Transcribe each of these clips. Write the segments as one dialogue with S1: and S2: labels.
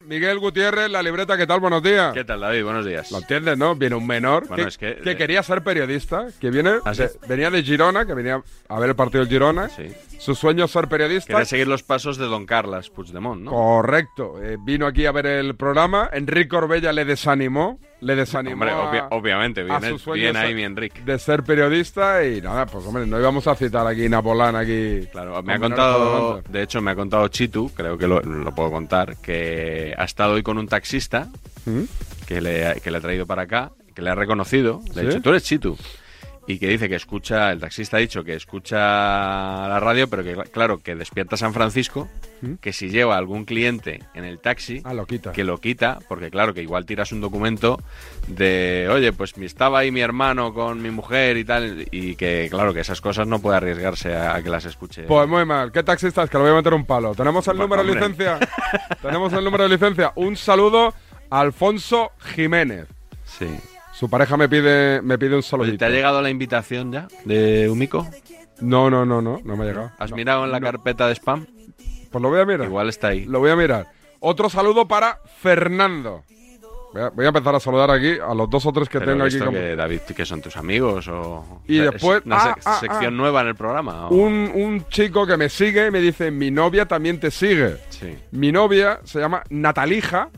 S1: Miguel Gutiérrez, la libreta, ¿qué tal? Buenos días.
S2: ¿Qué tal, David? Buenos días.
S1: ¿Lo entiendes, no? Viene un menor
S2: Bueno,
S1: que,
S2: es que- eh,
S1: que quería ser periodista, que viene,
S2: ¿Ah, sí?
S1: de- venía de Girona, que venía a ver el partido del Girona. Su sueño es ser periodista.
S2: Quería seguir los pasos de Don Carlos Puigdemont, ¿no?
S1: Correcto. Eh, vino aquí a ver el programa. Enrique Orbella le desanimó. Le desanimó
S2: Hombre,
S1: a-
S2: obvia- obviamente,
S1: a
S2: bien,
S1: su sueño
S2: bien
S1: ser-
S2: ahí mi Enrique.
S1: de ser periodista y nada, pues hombre, no íbamos a citar aquí Napolán aquí. Claro,
S2: Me ha contado, de hecho, me ha contado Chitu, creo que lo, lo puedo contar, que ha estado hoy con un taxista
S3: ¿Mm?
S2: que le, que le ha traído para acá, que le ha reconocido. Le ha
S1: ¿Sí?
S2: dicho, tú eres Chitu. Y que dice que escucha, el taxista ha dicho que escucha la radio, pero que, claro, que despierta San Francisco,
S1: ¿Mm?
S2: que si lleva algún cliente en el taxi,
S1: Ah, lo quita.
S2: que lo quita, porque claro, que igual tiras un documento de, oye, pues mi- estaba ahí mi hermano con mi mujer y tal, y que claro, que esas cosas no puede arriesgarse a, a que las escuche.
S1: Pues muy mal. ¿Qué taxistas? Que le voy a meter un palo. Tenemos el
S2: Bueno,
S1: número de
S2: hombre.
S1: licencia. Tenemos el número de licencia. Un saludo a Alfonso Jiménez.
S2: Sí.
S1: Su pareja me pide, me pide un saludito.
S2: ¿Te ha llegado la invitación ya de Umico?
S1: No, no, no, no, no me ha llegado.
S2: ¿Has mirado en la carpeta de spam?
S1: Pues lo voy a mirar.
S2: Igual está ahí.
S1: Lo voy a mirar. Otro saludo para Fernando. Voy a, voy a empezar a saludar aquí a los dos o tres que
S2: Pero
S1: tengo aquí.
S2: esto
S1: como-
S2: que, David, que son tus amigos o...
S1: Y
S2: o sea,
S1: después-
S2: es una
S1: ah,
S2: sec-
S1: ah,
S2: sección
S1: ah.
S2: nueva en el programa. o-
S1: Un, un chico que me sigue y me dice, mi novia también te sigue.
S2: Sí.
S1: Mi novia se llama Natalija,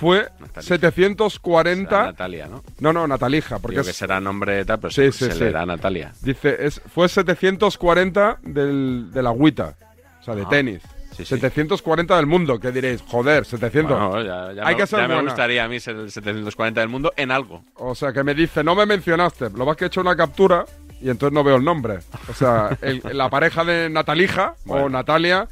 S1: fue 740...
S2: Será Natalia, ¿no?
S1: No, no, Natalija, porque
S2: Porque
S1: es-
S2: que será nombre de tal, pero
S1: Sí, sí,
S2: se
S1: sí.
S2: le da Natalia.
S1: dice, es, fue 740 del, de la agüita, o sea, de
S2: Ah,
S1: tenis. 740 del mundo, ¿qué diréis? Joder, 700.
S2: Bueno, ya, ya
S1: Hay
S2: me,
S1: que ser
S2: ya me
S1: buena.
S2: gustaría a mí ser el 740 del mundo en algo.
S1: O sea, que me dice, no me mencionaste. Lo más que he hecho una captura y entonces no veo el nombre. O sea, el- la pareja de Natalija o
S2: Bueno.
S1: Natalia,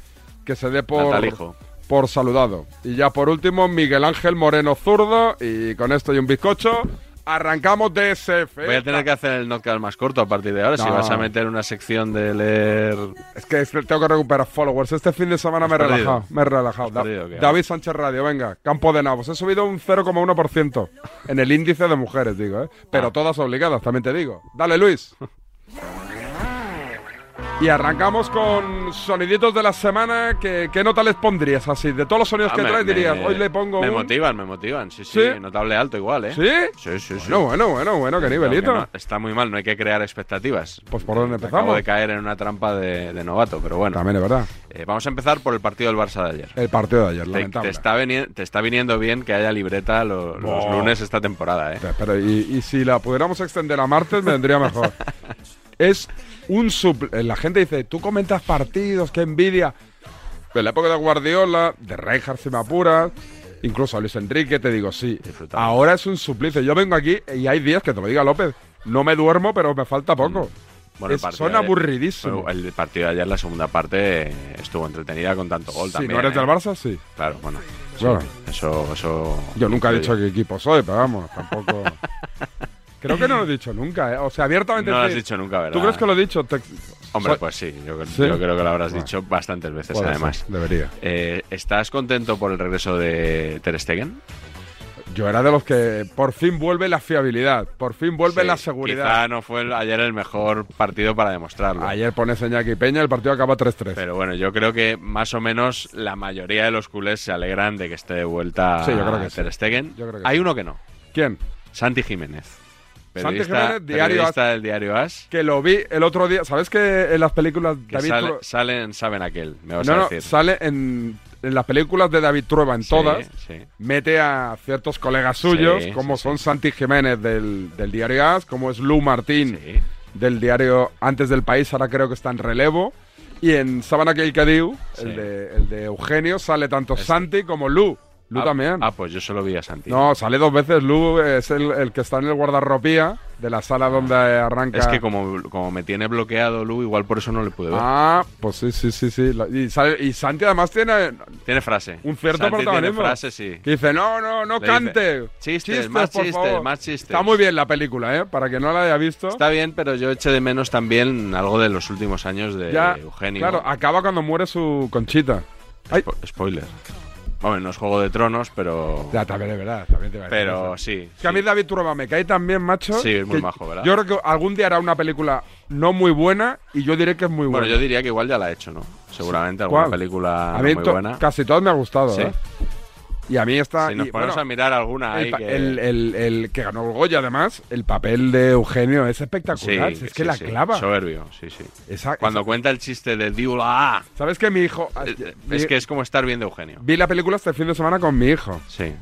S1: que se dé por,
S2: Natalijo.
S1: por saludado. Y ya por último, Miguel Ángel Moreno Zurdo. Y con esto y un bizcocho, arrancamos DSF.
S2: Voy a tener que hacer el notcast más corto a partir de ahora. Si
S1: No.
S2: vas a meter una sección de leer.
S1: Es que es- tengo que recuperar followers. Este fin de semana me he
S2: perdido?
S1: relajado. Me he relajado.
S2: ¿Has
S1: Da-
S2: perdido o qué?
S1: David Sánchez Radio, venga. Campo de Navos. He subido un 0,1% en el índice de mujeres, digo, ¿eh? Pero
S2: Ah.
S1: todas obligadas, también te digo. Dale, Luis. Y arrancamos con soniditos de la semana. ¿Qué, qué nota les pondrías así? De todos los sonidos
S2: Ah,
S1: que
S2: me-
S1: traes,
S2: me-
S1: dirías, hoy le pongo
S2: Me
S1: un...
S2: motivan, me motivan. Sí, sí,
S1: ¿Sí?
S2: Notable alto igual, ¿eh?
S1: ¿Sí?
S2: Sí, sí, sí.
S1: Bueno, bueno, bueno, bueno, qué
S2: Aunque
S1: nivelito.
S2: no, está muy mal, no hay que crear expectativas.
S1: Pues por dónde
S2: Acabo
S1: empezamos.
S2: de caer en una trampa de, de novato, pero bueno.
S1: También es verdad.
S2: Eh, vamos a empezar por el partido del Barça de ayer.
S1: El partido de ayer,
S2: Te, te
S1: lamentable.
S2: está veni- te está viniendo bien que haya libreta lo- los
S1: Buah.
S2: lunes esta temporada, ¿eh?
S1: Pero, y, y si la pudiéramos extender a martes, me vendría mejor. es un suple- La gente dice, tú comentas partidos, qué envidia. De la época de Guardiola, de Rijkaard, si me apuras, incluso a Luis Enrique, te digo, sí. Ahora es un suplicio. Yo vengo aquí y hay días que te lo diga López. No me duermo, pero me falta poco.
S2: Mm. Bueno, el
S1: Es-
S2: partido
S1: son
S2: de-
S1: aburridísimos.
S2: bueno, El partido de ayer, la segunda parte, eh, estuvo entretenida con tanto gol
S1: si
S2: también.
S1: no eres
S2: ¿eh?
S1: del Barça, sí.
S2: Claro, bueno. sí,
S1: Claro.
S2: Eso, eso.
S1: Yo nunca he dicho qué equipo soy, pero vamos, tampoco. Creo que no lo he dicho nunca, ¿eh? O sea, abiertamente.
S2: No lo has
S1: sí.
S2: dicho nunca, ¿verdad?
S1: ¿Tú crees que lo he dicho? Te-
S2: Hombre,
S1: soy-
S2: pues sí, yo,
S1: ¿Sí?
S2: yo creo que lo habrás
S1: Bueno.
S2: dicho bastantes veces,
S1: Puede
S2: además.
S1: ser, debería.
S2: Eh, ¿Estás contento por el regreso de Ter Stegen?
S1: Yo era de los que por fin vuelve la fiabilidad, por fin vuelve
S2: Sí,
S1: la seguridad.
S2: Quizá no fue el- ayer el mejor partido para demostrarlo.
S1: Ayer pones a Iñaki Peña, el partido acaba 3-3.
S2: Pero bueno, yo creo que más o menos la mayoría de los culés se alegran de que esté de vuelta
S1: Sí, yo creo que
S2: Ter
S1: sí.
S2: Stegen.
S1: Yo creo que
S2: Hay
S1: sí.
S2: uno que no.
S1: ¿Quién?
S2: Santi Jiménez.
S1: Santi
S2: Periodista,
S1: Jiménez, diario
S2: periodista del diario As.
S1: Que lo vi el otro día. ¿Sabes que en las películas
S2: Que
S1: David
S2: sale-
S1: Tru-
S2: salen, saben aquel, me vas
S1: No,
S2: a
S1: no,
S2: decir.
S1: sale en, en las películas de David Trueba, en
S2: Sí,
S1: todas.
S2: sí.
S1: Mete a ciertos colegas suyos,
S2: Sí,
S1: como son Santi Jiménez del, del diario As, como es Lu Martín del diario Antes del País, ahora creo que está en relevo. Y en Sabana que Cadiu, el, de, el de Eugenio, sale tanto Santi como Lu. Lu
S2: Ah,
S1: también.
S2: Ah, pues yo solo vi a Santi.
S1: No, sale dos veces. Lu es el, el que está en el guardarropía de la sala donde arranca.
S2: Es que como, como me tiene bloqueado Lu, igual por eso no le pude ver.
S1: Ah, pues sí, sí, sí, sí. La- Y, sale- y Santi además tiene
S2: Tiene frase.
S1: un cierto
S2: Santi tiene
S1: protagonismo.
S2: frase, sí.
S1: Que dice, no, no, no
S2: Le
S1: cante.
S2: dice, "Chistes, más
S1: por
S2: chistes,
S1: favor".
S2: más chistes.
S1: Está muy bien la película, ¿eh? Para que no la haya visto.
S2: Está bien, pero yo eché de menos también algo de los últimos años de
S1: ya,
S2: Eh, Eugenio.
S1: Claro, acaba cuando muere su conchita. Ay.
S2: Spoiler. Hombre, no es Juego de Tronos, pero...
S1: Ya, también es verdad, también te va a decir
S2: Pero
S1: eso.
S2: sí.
S1: Que a mí David Turaba me cae tan bien, macho.
S2: Sí, es muy
S1: que
S2: majo, ¿verdad?
S1: Yo creo que algún día hará una película no muy buena y yo diré que es muy
S2: Bueno,
S1: buena.
S2: yo diría que igual ya la ha hecho, ¿no? Seguramente alguna
S1: ¿Cuál?
S2: película
S1: a mí
S2: Ah, muy
S1: to-
S2: buena.
S1: casi todas me ha gustado,
S2: Sí.
S1: ¿eh? Y a mí está.
S2: Si nos
S1: y,
S2: ponemos
S1: bueno,
S2: a mirar alguna ahí
S1: el, pa-
S2: que-
S1: el- el- el que ganó el Goya, además, el papel de Eugenio es espectacular. Si es que
S2: sí,
S1: la
S2: sí,
S1: clava.
S2: Soberbio, sí, sí.
S1: Esa-
S2: Cuando cuenta el chiste de Diula A, Eh,
S1: ¿Sabes que mi hijo.?
S2: es que es como estar viendo a Eugenio.
S1: Vi la película este fin de semana con mi hijo.
S2: Sí.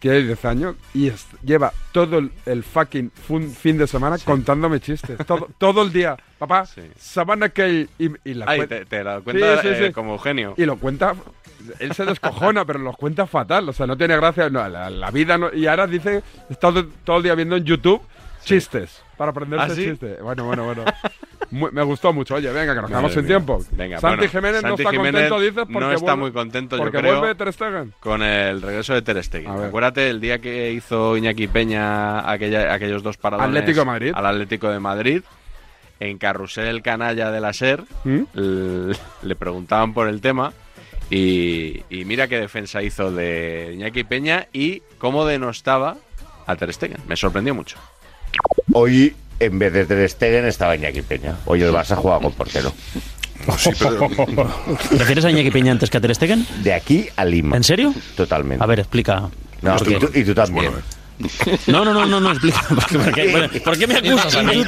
S1: Tiene 10 años y es- lleva todo el, el fucking fun- fin de semana contándome chistes. Todo, todo el día. Papá, Sabana Key y, y la
S2: Ay,
S1: cuen-
S2: te, te la cuenta
S1: Sí, sí,
S2: eh,
S1: sí.
S2: como Eugenio.
S1: Y lo cuenta. Él se descojona, pero los cuenta fatal. O sea, no tiene gracia. no, la, la vida no. Y ahora dice. Está todo, todo el día viendo en YouTube chistes. Para aprenderse
S2: ¿Ah, sí?
S1: chistes. Bueno, bueno, bueno. Mu- me gustó mucho. Oye, venga, que nos quedamos
S2: Madre
S1: sin
S2: mía.
S1: tiempo.
S2: Venga,
S1: Santi
S2: bueno,
S1: Jiménez no
S2: Santi
S1: está
S2: Jiménez
S1: contento, dices.
S2: no
S1: porque
S2: está
S1: vuelve-
S2: muy contento, yo
S1: Porque
S2: creo.
S1: vuelve Ter Stegen.
S2: Con el regreso de Ter Stegen.
S1: A ver.
S2: Acuérdate el día que hizo Iñaki Peña aquella- aquellos dos paradones
S1: Atlético de Madrid.
S2: al Atlético de Madrid. En Carrusel Canalla de la SER
S1: ¿Mm?
S2: l- le preguntaban por el tema y, y mira qué defensa hizo de Iñaki Peña y cómo denostaba a Ter Stegen. Me sorprendió mucho.
S4: Hoy, en vez de Ter Stegen, estaba Iñaki Peña. Hoy el Barça juega con portero.
S5: Oh,
S6: ¿Prefieres a Iñaki Peña antes que a Ter Stegen?
S4: De aquí a Lima.
S6: ¿En serio?
S4: Totalmente.
S6: A ver, explica.
S4: No,
S6: ¿Por
S4: y,
S6: qué?
S4: tú, y tú también.
S6: No, no, no, no, no, explica. ¿Por qué, por qué- bueno, ¿por qué me acusas a mí?
S7: Y tú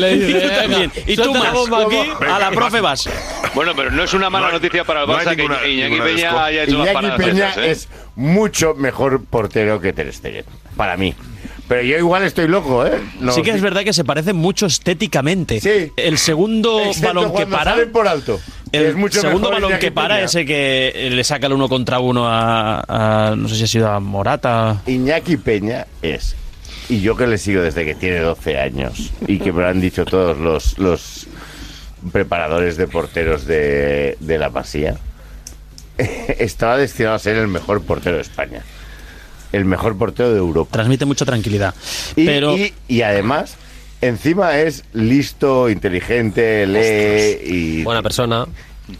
S7: le
S6: Y
S7: dice,
S6: tú
S7: venga,
S6: también. Y tú
S7: suelta la
S6: más.
S7: bomba aquí.
S6: A la profe vas.
S8: Bueno, pero no es una mala noticia para el
S5: no hay
S8: Barça
S5: ninguna-
S8: que Iñaki
S5: ninguna
S8: Peña
S5: desco-
S8: haya hecho las
S4: Iñaki
S8: paradas
S4: Peña
S8: estas, ¿eh?
S4: es mucho mejor portero que Ter Stegen. Para mí. Pero yo igual estoy loco, ¿eh? No,
S6: sí que es verdad que se parecen mucho estéticamente.
S4: Sí.
S6: El segundo
S4: Excepto
S6: balón que
S4: cuando
S6: para.
S4: salen por alto.
S6: El
S4: es mucho
S6: segundo
S4: mejor
S6: balón
S4: Iñaki
S6: que para,
S4: Peña.
S6: ese que eh, le saca el uno contra uno a, a- No sé si ha sido a Morata.
S4: Iñaki Peña es. Y yo que le sigo desde que tiene 12 años y que me lo han dicho todos los, los preparadores de porteros de, de la Masía, estaba destinado a ser el mejor portero de España. El mejor portero de Europa.
S6: Transmite mucha tranquilidad.
S4: Y,
S6: Pero.
S4: y- y además, encima es listo, inteligente, lee y...
S7: Buena persona.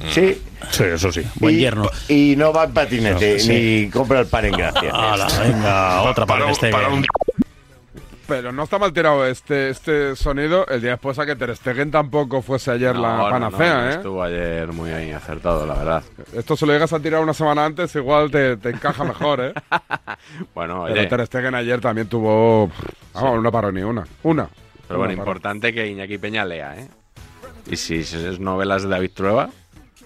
S4: Sí.
S6: Sí, eso sí. Buen
S4: y,
S6: yerno.
S4: Y no va en patinete,
S6: Sí.
S4: ni compra el pan en gracia.
S6: Hala, venga, otra para,
S5: Para,
S6: Ter Stegen.
S5: para un
S2: pues.
S1: Pero no está mal tirado este, este sonido. El día después a que Ter Stegen tampoco fuese ayer
S2: No,
S1: la
S2: no,
S1: panacea,
S2: no, no
S1: ¿eh?
S2: Estuvo ayer muy ahí acertado, la verdad.
S1: Esto se lo llegas a tirar una semana antes, igual te, te encaja mejor, ¿eh?
S2: Bueno, oye,
S1: Pero Ter Stegen ayer también tuvo... Vamos, no paró ni una. Una.
S2: Pero bueno,
S1: Una paró.
S2: importante que Iñaki Peña lea, ¿eh? Y si es novelas de David Trueba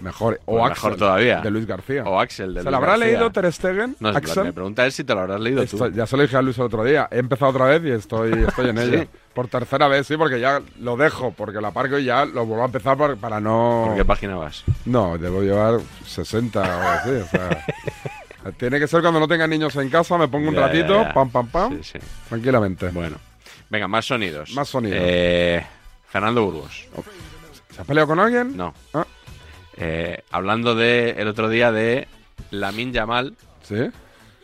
S1: Mejor. O
S2: Pues
S1: Axel,
S2: mejor todavía.
S1: De Luis García.
S2: o Axel de
S1: ¿Se
S2: Luis
S1: la habrá
S2: García.
S1: leído Ter Stegen?
S2: No, es-
S1: Axel.
S2: me pregunta él si te lo habrás leído tú.
S1: Esto- ya se lo dije a Luis el otro día. He empezado otra vez y estoy, estoy en ella.
S2: ¿Sí?
S1: Por tercera vez, sí, porque ya lo dejo, porque la aparco y ya lo vuelvo a empezar por- para no...
S2: ¿Por qué página vas?
S1: No, debo llevar 60 o algo así, o sea. Tiene que ser cuando no tenga niños en casa, me pongo un
S2: Ya, ya,
S1: ratito,
S2: ya.
S1: pam, pam, pam,
S2: Sí, sí.
S1: tranquilamente.
S2: Bueno. Venga, más sonidos.
S1: Más sonidos.
S2: Eh, Fernando Burgos.
S1: ¿Se ha peleado con alguien?
S2: No.
S1: Ah.
S2: Eh, hablando de el otro día de Lamin Yamal
S1: Sí.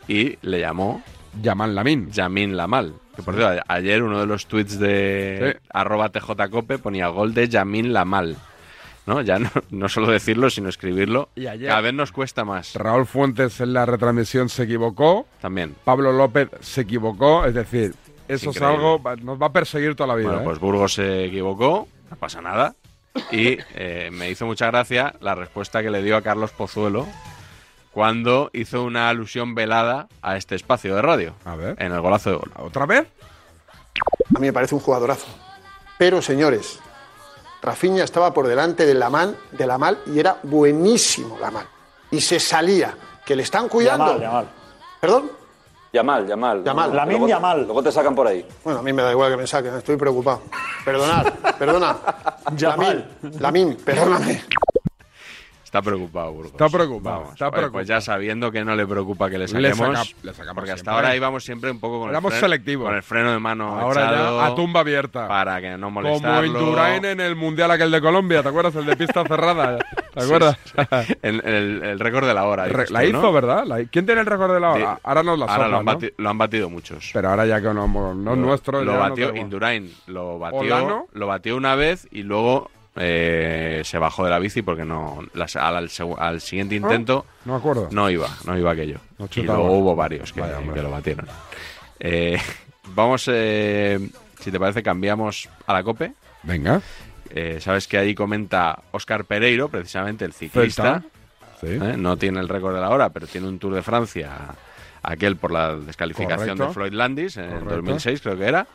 S2: y le llamó
S1: Yamal Lamin.
S2: Yamin Lamal. Que por cierto, a- ayer uno de los tweets de
S1: Sí.
S2: arroba tjcope ponía gol de Yamin Lamal. ¿No? Ya no, no solo decirlo, sino escribirlo.
S1: Y ayer-
S2: Cada vez nos cuesta más.
S1: Raúl Fuentes en la retransmisión se equivocó.
S2: También.
S1: Pablo López se equivocó. Es decir, eso es
S2: Increíble.
S1: algo. va- Nos va a perseguir toda la vida.
S2: Bueno,
S1: ¿eh?
S2: pues Burgos se equivocó, no pasa nada. Y eh, me hizo mucha gracia la respuesta que le dio a Carlos Pozuelo cuando hizo una alusión velada a este espacio de radio.
S1: A ver.
S2: En el golazo de gol.
S1: ¿Otra vez?
S3: A mí me parece un jugadorazo. Pero, señores, Rafinha estaba por delante de Lamal, de Lamal y era buenísimo Lamal. Y se salía, que le están cuidando. ¿Perdón?
S9: Yamal, Yamal.
S3: Yamal. Lamin
S9: Luego- Luego te sacan por ahí.
S3: Bueno, a mí me da igual que me saquen, estoy preocupado. Perdonad, perdona. Lamin, Lamin, perdóname.
S2: Está preocupado, Burgos.
S1: Está preocupado,
S2: Vamos,
S1: está
S2: oye,
S1: preocupado.
S2: Pues ya sabiendo que no le preocupa que le
S1: Le
S2: saquemos.
S1: saca- le sacamos
S2: porque hasta
S1: siempre. ¿eh?
S2: ahora íbamos siempre un poco con,
S1: Éramos
S2: el, freno,
S1: selectivos.
S2: con el freno de mano
S1: Ahora
S2: echado
S1: ya a tumba abierta.
S2: Para que no
S1: Como
S2: molestarlo.
S1: Indurain en el mundial aquel de Colombia, ¿te acuerdas? El de pista cerrada. ¿Te
S2: Sí,
S1: acuerdas?
S2: sí. el, el- el récord de la hora.
S1: Re-
S2: dices
S1: La
S2: tú,
S1: hizo,
S2: ¿no?
S1: ¿verdad? La- ¿Quién tiene el récord de la hora?
S2: De-
S1: Ahora nos la
S2: Ahora lo
S1: soplan,
S2: han,
S1: ¿no?
S2: bati- lo han batido muchos.
S1: Pero ahora ya que no, no es
S2: Lo-
S1: nuestro,
S2: Lo
S1: ya no
S2: batió
S1: tengo.
S2: Indurain, lo
S1: Olano.
S2: batió, lo batió una vez y luego eh, se bajó de la bici porque no las- al, al segu- al siguiente intento
S1: Ah, No me acuerdo.
S2: no iba, no iba aquello.
S1: No
S2: y
S1: chutaba.
S2: luego hubo varios que,
S1: Vaya, hombre.
S2: que lo batieron. Eh, vamos, eh, si te parece, cambiamos a la COPE.
S1: Venga.
S2: Eh, Sabes que ahí comenta Oscar Pereiro, precisamente el ciclista.
S1: Celta. Sí.
S2: ¿eh? No tiene el récord de la hora, pero tiene un Tour de Francia aquel por la descalificación
S1: Correcto.
S2: de Floyd Landis eh, en el
S1: Correcto.
S2: 2006, creo que era.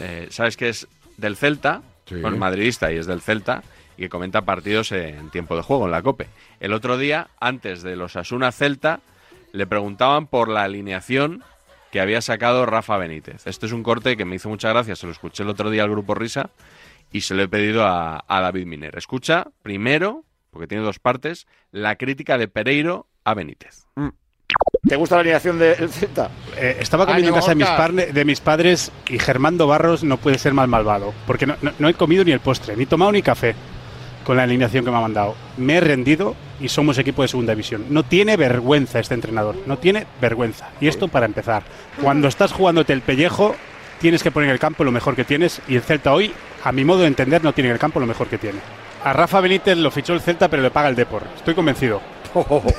S2: Eh, Sabes que es del Celta,
S1: Sí.
S2: bueno, madridista y es del Celta, y que comenta partidos en tiempo de juego, en la COPE. El otro día, antes de los Asuna Celta, le preguntaban por la alineación que había sacado Rafa Benítez. Este es un corte que me hizo mucha gracia, se lo escuché el otro día al grupo Risa y se lo he pedido a, a David Miner. Escucha primero, porque tiene dos partes, la crítica de Pereiro a Benítez.
S3: ¿Te gusta la alineación del Celta?
S10: Eh,
S11: Ah,
S10: estaba comiendo en
S12: Ánimo,
S10: casa de mis,
S12: Gorka.
S10: parne- de mis padres y Germando Barros no puede ser más malvado, porque no, no- no he comido ni el postre, ni tomado ni café con la alineación que me ha mandado. Me he rendido y somos equipo de segunda división. No tiene vergüenza este entrenador, no tiene vergüenza. Y esto para empezar. Cuando estás jugándote el pellejo, tienes que poner en el campo lo mejor que tienes y el Celta hoy, a mi modo de entender, no tiene en el campo lo mejor que tiene. A Rafa Benítez lo fichó el Celta, pero le paga el Depor. Estoy convencido.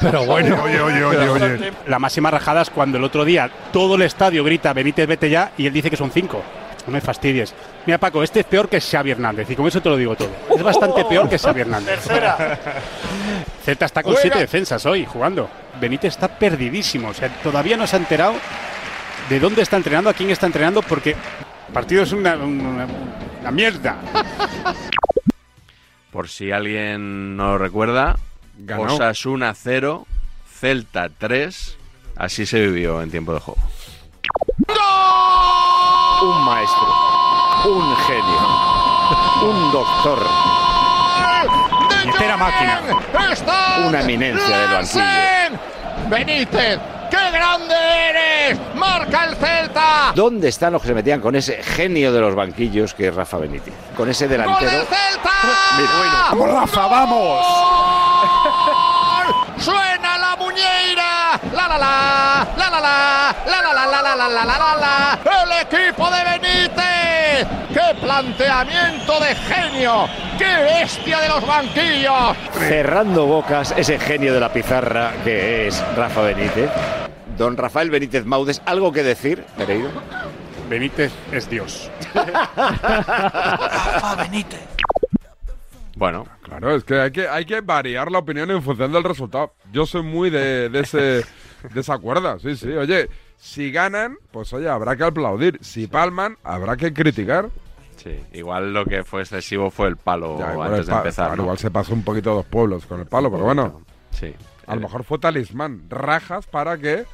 S11: Pero bueno,
S1: Oye, oye, oye, oye.
S10: La máxima rajada es cuando el otro día todo el estadio grita Benítez, vete ya, y él dice que son cinco. No me fastidies. Mira, Paco, este es peor que Xavi Hernández, y con eso te lo digo todo. Es bastante peor que Xavi Hernández. Celta está con
S12: Juega.
S10: siete defensas hoy jugando. Benítez está perdidísimo. O sea, todavía no se ha enterado de dónde está entrenando, a quién está entrenando, porque el partido es una, una- una mierda.
S2: Por si alguien no lo recuerda,
S1: Ganó.
S2: Osasuna 0, Celta 3, así se vivió en tiempo de juego.
S3: Un maestro, un genio, un doctor,
S10: Entera máquina.
S3: una eminencia del banquillo.
S13: Benítez, qué grande eres. Marca el Celta.
S3: ¿Dónde están los que se metían con ese genio de los banquillos que es Rafa Benítez? Con ese delantero.
S13: Celta!
S10: ¡Vamos, Rafa, vamos!
S13: Suena la muñeira. La la la, la la la, la la la la la la la la la la. El equipo de Benítez. Qué planteamiento de genio. Qué bestia de los banquillos.
S3: Cerrando bocas, ese genio de la pizarra que es Rafa Benítez. Don Rafael Benítez Maudes, ¿algo que decir, Pereiro?
S10: Benítez es Dios.
S2: Bueno,
S1: Claro, es que hay, que hay que variar la opinión en función del resultado. Yo soy muy de, de ese, de esa cuerda, sí, sí. Oye, si ganan, pues oye, habrá que aplaudir. Si palman, habrá que criticar.
S2: sí, igual lo que fue excesivo fue el palo
S1: Ya, igual
S2: antes
S1: el
S2: de
S1: pa-
S2: empezar.
S1: claro,
S2: ¿no?
S1: Igual se pasó un poquito dos pueblos con el palo, pero bueno.
S2: Sí.
S1: A
S2: Eh,
S1: lo mejor fue talismán. Rajas para que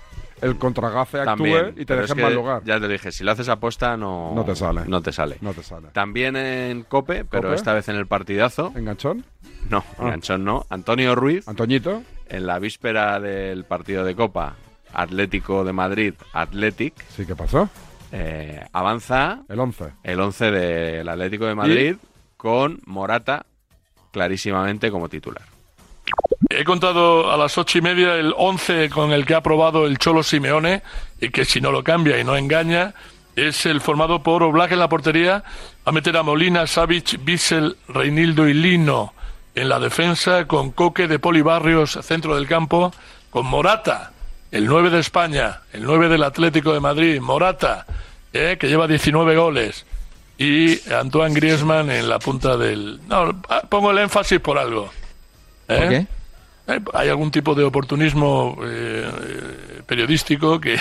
S1: el contragafe actúe
S2: también,
S1: y te
S2: pero
S1: deje
S2: es
S1: en
S2: que
S1: mal lugar.
S2: Ya te lo dije, si lo haces aposta no,
S1: No te sale.
S2: No te sale.
S1: No te sale.
S2: También en Cope, pero
S1: ¿Cope?
S2: esta vez en el partidazo.
S1: ¿Enganchón?
S2: No, en Anchón no. Antonio Ruiz,
S1: ¿Antoñito?
S2: en la víspera del partido de Copa Atlético de Madrid, Athletic,
S1: Sí, ¿qué pasó?
S2: eh, avanza
S1: El 11.
S2: el 11 del Atlético de Madrid con Morata clarísimamente como titular.
S13: He contado a las ocho y media el 11 con el que ha probado el Cholo Simeone y que si no lo cambia y no engaña es el formado por Oblak en la portería a meter a Molina, Savic, Bissell, Reinildo y Lino en la defensa con Coque de Polibarrios centro del campo con Morata el 9 de España el 9 del Atlético de Madrid Morata eh, que lleva 19 goles y Antoine Griezmann en la punta del no ah, pongo el énfasis por algo ¿eh?
S11: ¿Por qué?
S13: Eh, Hay algún tipo de oportunismo eh, eh, periodístico que...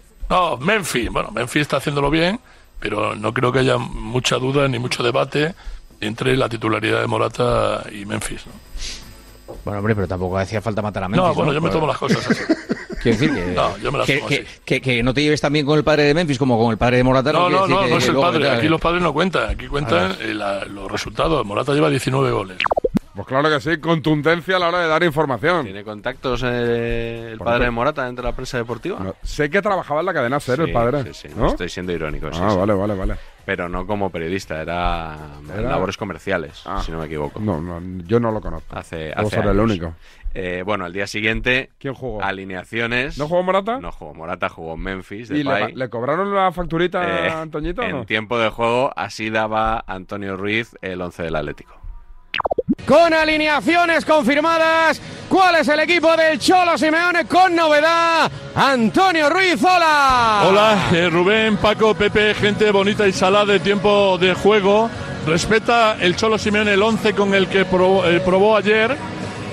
S13: no, Menfi. Bueno, Menfi está haciéndolo bien, pero no creo que haya mucha duda ni mucho debate entre la titularidad de Morata y Memphis. No,
S11: Bueno, hombre, pero tampoco hacía falta matar a
S13: No,
S11: Memphis.
S13: bueno, yo me tomo las cosas así.
S11: Quiero decir que,
S13: No, yo me las
S11: que,
S13: tomo
S11: que,
S13: así.
S11: que- que no te lleves tan bien con el padre de Memphis como con el padre de Morata.
S13: No,
S11: quiere
S13: no,
S11: decir
S13: no,
S11: que
S13: no es el
S11: luego ¿eh?
S13: padre.
S11: te-
S13: Aquí los padres no cuentan. Aquí cuentan eh, la- los resultados. Morata lleva 19 goles.
S1: Pues claro que sí, contundencia a la hora de dar información.
S2: ¿Tiene contactos eh, el
S1: Por
S2: padre
S1: ejemplo.
S2: de Morata dentro de la prensa deportiva?
S1: No, sé que trabajaba en la cadena
S2: Sí,
S1: cero Ah, el padre.
S2: sí, sí,
S1: ¿no?
S2: Estoy siendo irónico. sí,
S1: ah,
S2: sí.
S1: vale, vale, vale.
S2: Pero no como periodista, era, en
S1: Era-
S2: labores comerciales,
S1: Ah.
S2: si no me equivoco.
S1: No, no, yo no lo conozco.
S2: Hace,
S1: Vos
S2: hace
S1: eres el
S2: años.
S1: único.
S2: Eh, bueno, al día siguiente,
S1: ¿Quién jugó?
S2: alineaciones.
S1: ¿No jugó Morata?
S2: No jugó Morata, jugó Memphis.
S1: ¿Y le,
S2: Depay.
S1: le cobraron la facturita
S2: Eh,
S1: a Antoñito o
S2: En
S1: no?
S2: tiempo de juego, así daba Antonio Ruiz el 11 del Atlético.
S14: Con alineaciones confirmadas, ¿cuál es el equipo del Cholo Simeone con novedad? Antonio Ruiz, hola.
S13: Hola, eh, Rubén, Paco, Pepe, gente bonita y salada de tiempo de juego. Respeta el Cholo Simeone el 11 con el que probó, eh, probó ayer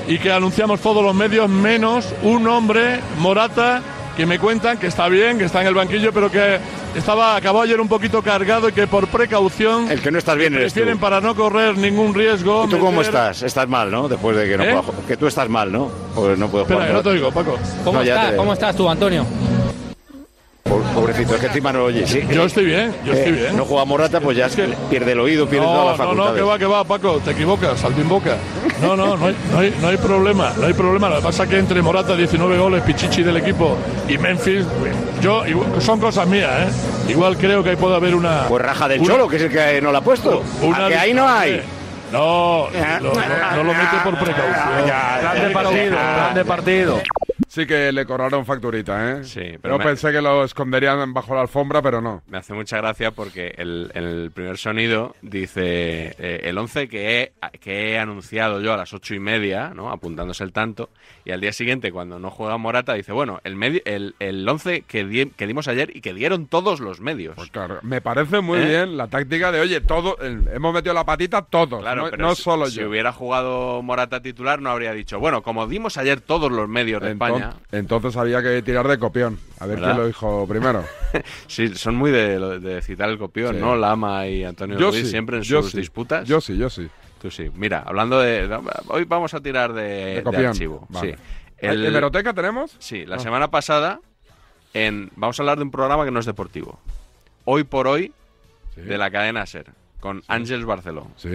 S13: y que anunciamos todos los medios, menos un hombre, Morata, que me cuentan que está bien, que está en el banquillo, pero que estaba acabó ayer un poquito cargado y que por precaución. El
S10: que no estás bien eres tú.
S13: Prefieren para no correr ningún riesgo.
S10: ¿Y tú cómo
S13: meter-
S10: estás? Estás mal, ¿no? Después de que no
S13: ¿Eh?
S10: pueda jugar. Que tú estás mal, ¿no? Pues no puedo
S13: Espera,
S10: jugar.
S13: que no te oigo, Paco.
S10: ¿Cómo No, ya estás? te veo. ¿Cómo
S15: estás tú, Antonio?
S10: Po- Pobrecito, es que encima no oye.
S13: Yo estoy bien, yo estoy bien.
S10: No juega Morata, pues ya pierde el oído, pierde
S13: no,
S10: todas las
S13: no, no,
S10: facultades.
S13: que va, que va, Paco, te equivocas, salto en boca. No, no, no hay, no, hay, no hay problema, no hay problema. Lo que pasa es que entre Morata, 19 goles, Pichichi del equipo y Memphis, yo, igu- son cosas mías, ¿eh? Igual creo que ahí puede haber una.
S10: Pues raja del Cholo, que es el que no la ha puesto. ¿A que ahí no hay?
S13: No, lo- lo- no lo mete por precaución.
S1: Grande partido, grande
S15: partido.
S1: Sí que le cobraron facturita, ¿eh? Sí,
S2: pero
S1: Yo
S2: me-
S1: pensé que lo esconderían bajo la alfombra, pero no.
S2: Me hace mucha gracia porque el, el primer sonido dice eh, el 11 que he, que he anunciado yo a las ocho y media, ¿no? apuntándose el tanto, y al día siguiente cuando no juega Morata dice, bueno, el medi- el, el 11 que, di- que dimos ayer y que dieron todos los medios.
S1: Pues Me parece muy
S2: ¿Eh?
S1: bien la táctica de, oye, todo, el- hemos metido la patita todos,
S2: Claro,
S1: no,
S2: pero
S1: no
S2: si-
S1: solo
S2: si
S1: yo.
S2: hubiera jugado Morata titular no habría dicho, bueno, como dimos ayer todos los medios de
S1: Enton-
S2: España.
S1: Entonces había que tirar de copión. A ver
S2: ¿Verdad?
S1: quién lo dijo primero.
S2: Sí, son muy de, lo- de citar el copión,
S1: Sí.
S2: ¿no? Lama y Antonio
S1: Yo
S2: Ruiz
S1: sí,
S2: siempre en
S1: yo
S2: sus
S1: sí.
S2: disputas.
S1: Yo sí, yo sí. ¿Eh,
S2: Tú sí. Mira, hablando de. Hoy vamos a tirar de, de
S1: copión.
S2: archivo.
S1: Vale.
S2: Sí.
S1: ¿El... ¿Hemeroteca tenemos?
S2: Sí, la
S1: Ah.
S2: semana pasada. En, vamos a hablar de un programa que no es deportivo. Hoy por hoy, de la cadena Ser, con Ángels Barceló.
S1: Sí.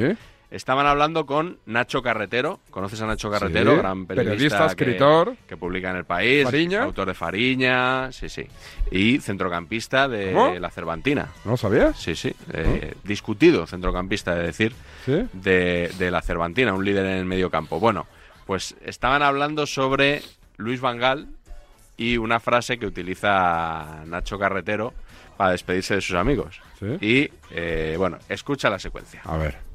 S2: Estaban hablando con Nacho Carretero. ¿Conoces a Nacho Carretero?
S1: Sí,
S2: gran periodista.
S1: periodista,
S2: que-
S1: escritor.
S2: Que, publica en El País.
S1: Fariña.
S2: Autor de Fariña. Sí, sí. Y centrocampista de
S1: ¿Cómo?
S2: La Cervantina.
S1: ¿No lo sabías?
S2: Sí, sí. eh, Discutido centrocampista, es decir,
S1: Sí.
S2: de, de la Cervantina, un líder en el medio campo. Bueno, pues estaban hablando sobre Luis Vangal y una frase que utiliza Nacho Carretero para despedirse de sus amigos.
S1: Sí.
S2: Y eh, bueno, escucha la secuencia.
S1: A ver.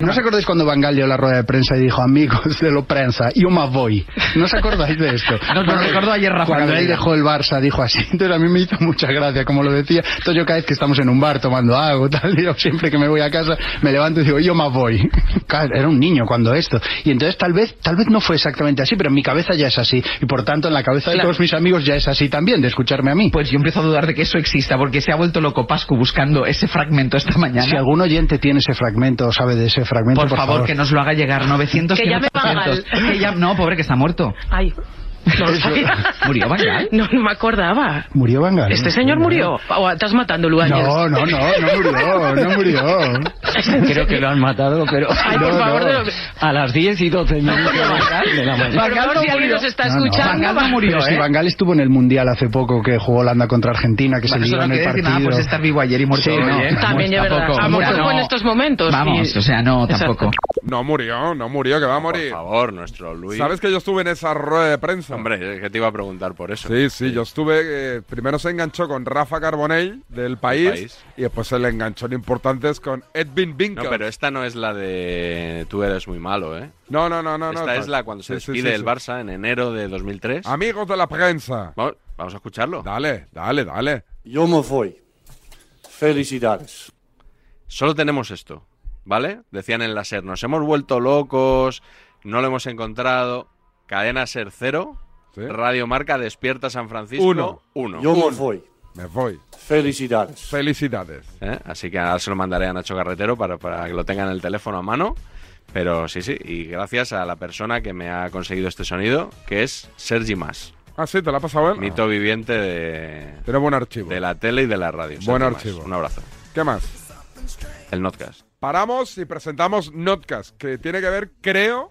S16: ¿No os acordáis cuando Van Gaal dio la rueda de prensa y dijo, amigos de lo prensa, yo me voy? ¿No os acordáis de esto?
S17: No, nos
S16: Bueno,
S17: recordó ayer Rafa
S16: Cuando él
S17: Cabrera.
S16: dejó el Barça, dijo así. Entonces a mí me hizo mucha gracia, como lo decía. Entonces yo cada vez que estamos en un bar tomando algo, tal, yo siempre que me voy a casa, me levanto y digo, yo me voy. Claro, era un niño cuando esto. Y entonces tal vez, tal vez no fue exactamente así, pero en mi cabeza ya es así. Y por tanto en la cabeza de
S17: Claro.
S16: todos mis amigos ya es así también, de escucharme a mí.
S17: Pues yo empiezo a dudar de que eso exista, porque se ha vuelto loco Pascu buscando ese fragmento esta mañana.
S16: Si algún oyente tiene ese fragmento o sabe de ese fragmento,
S17: por,
S16: por,
S17: favor, que nos lo haga llegar 900
S18: Que llame
S17: 500.
S18: Van Gaal.
S17: Que ya- No, pobre, que está muerto.
S18: Ay. No lo sabía.
S17: ¿Murió Van Gaal?
S18: No, no me acordaba.
S16: ¿Murió Van Gaal?
S18: ¿Este señor murió? ¿O estás matándolo, Ángel?
S16: No, no, no, no murió, no murió.
S17: Creo que lo han matado, pero.
S18: Ay, por favor, de lo-
S17: A las 10 y 12 minutos de la
S18: Por favor, si alguien nos está escuchando,
S17: Van Gaal no
S18: va-
S17: murió,
S16: Pero si
S17: ¿eh?
S16: Van Gaal estuvo en el Mundial hace poco que jugó Holanda contra Argentina, que
S17: Bueno,
S16: se
S17: eso
S16: lió en
S17: no
S16: el
S17: quiere decir
S16: partido.
S17: nada por estar vivo ayer y muerto
S16: Sí,
S17: hoy,
S16: no.
S17: ¿eh?
S18: También es
S17: Tampoco,
S18: verdad. A lo
S17: tampoco.
S18: mejor fue en estos momentos.
S17: Vamos,
S18: y-
S17: o sea, no,
S18: Exacto.
S17: tampoco.
S1: No murió, no murió, que va a morir.
S2: Por favor, nuestro Luis.
S1: ¿Sabes que yo estuve en esa rueda de prensa?
S2: Hombre, es que te iba a preguntar por eso.
S1: Sí, sí, yo estuve. eh, primero se enganchó con Rafa Carbonell del país,
S2: País.
S1: y después se le enganchó en importantes con Edwin Binkel.
S2: No, pero esta no es la de tú eres muy malo, ¿eh?
S1: no, no, no, no. no,
S2: Esta
S1: no.
S2: es la cuando
S1: Sí,
S2: se
S1: sí,
S2: despide
S1: sí,
S2: el
S1: sí.
S2: Barça en enero de 2003.
S1: Amigos de la prensa.
S2: Vamos, vamos a escucharlo.
S1: Dale, dale, dale.
S19: Yo me voy. Felicidades.
S2: Solo tenemos esto, ¿vale? Decían en la SER, nos hemos vuelto locos, no lo hemos encontrado. Cadena SER cero, Radio Marca Despierta San Francisco
S1: Uno.
S2: uno.
S1: Yo me
S19: voy.
S1: Me voy.
S19: Felicidades.
S1: Felicidades.
S2: ¿eh? Así que ahora se lo mandaré a Nacho Carretero para, para que lo tengan el teléfono a mano. Pero sí, sí, y gracias a la persona que me ha conseguido este sonido, que es Sergi Mas,
S1: Ah, sí, te la ha pasado él.
S2: mito viviente de,
S1: Tiene buen archivo.
S2: de la tele y de la radio.
S1: Buen
S2: Sergi Mas,
S1: archivo.
S2: Un abrazo.
S1: ¿Qué más?
S2: El Notcast.
S1: Paramos y presentamos Notcast, que tiene que ver, creo,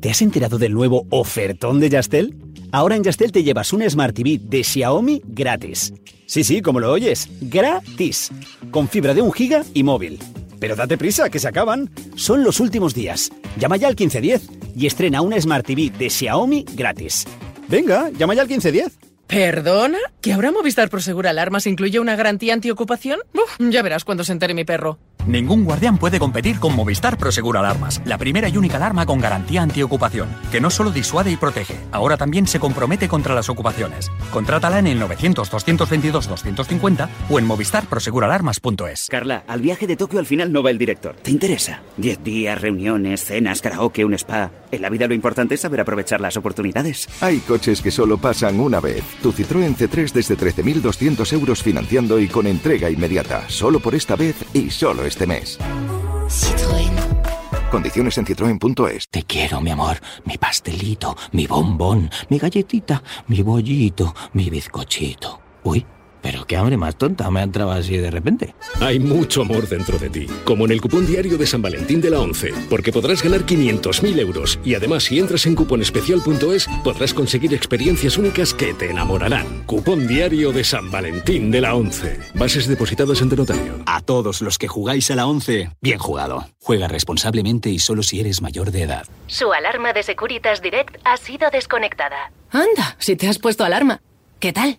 S4: ¿Te has enterado del nuevo ofertón de Yastel? Ahora en Yastel te llevas una Smart TV de Xiaomi gratis. Sí, sí, como lo oyes, gratis. Con fibra de un giga y móvil. Pero date prisa, que se acaban. Son los últimos días. Llama ya al 1510 y estrena una Smart TV de Xiaomi gratis. Venga, llama ya al 1510.
S18: ¿Perdona? ¿Que ahora Movistar Prosegur Alarmas incluye una garantía antiocupación? Uf, ya verás cuando se entere mi perro.
S20: Ningún guardián puede competir con Movistar Prosegur Alarmas, la primera y única alarma con garantía antiocupación, que no solo disuade y protege, ahora también se compromete contra las ocupaciones. Contrátala en el 900-222-250 o en movistarproseguralarmas.es.
S21: Carla, al viaje de Tokio al final no va el director. ¿Te interesa? Diez días, reuniones, cenas, karaoke, un spa. En la vida lo importante es saber aprovechar las oportunidades.
S22: Hay coches que solo pasan una vez. Tu Citroën C3 desde 13.200 euros financiando y con entrega inmediata. Solo por esta vez y solo este mes. Condiciones en citroen.es.
S23: Te quiero, mi amor, mi pastelito, mi bombón, mi galletita, mi bollito, mi bizcochito. Uy, pero qué hambre más tonta me ha entrado así de repente.
S24: Hay mucho amor dentro de ti, como en el cupón diario de San Valentín de la 11, porque podrás ganar 500.000 euros y además si entras en cuponespecial.es podrás conseguir experiencias únicas que te enamorarán. Cupón diario de San Valentín de la 11. Bases depositadas ante notario.
S23: A todos los que jugáis a la 11, bien jugado. Juega responsablemente y solo si eres mayor de edad.
S25: Su alarma de Securitas Direct ha sido desconectada.
S26: Anda, si te has puesto alarma. ¿Qué tal?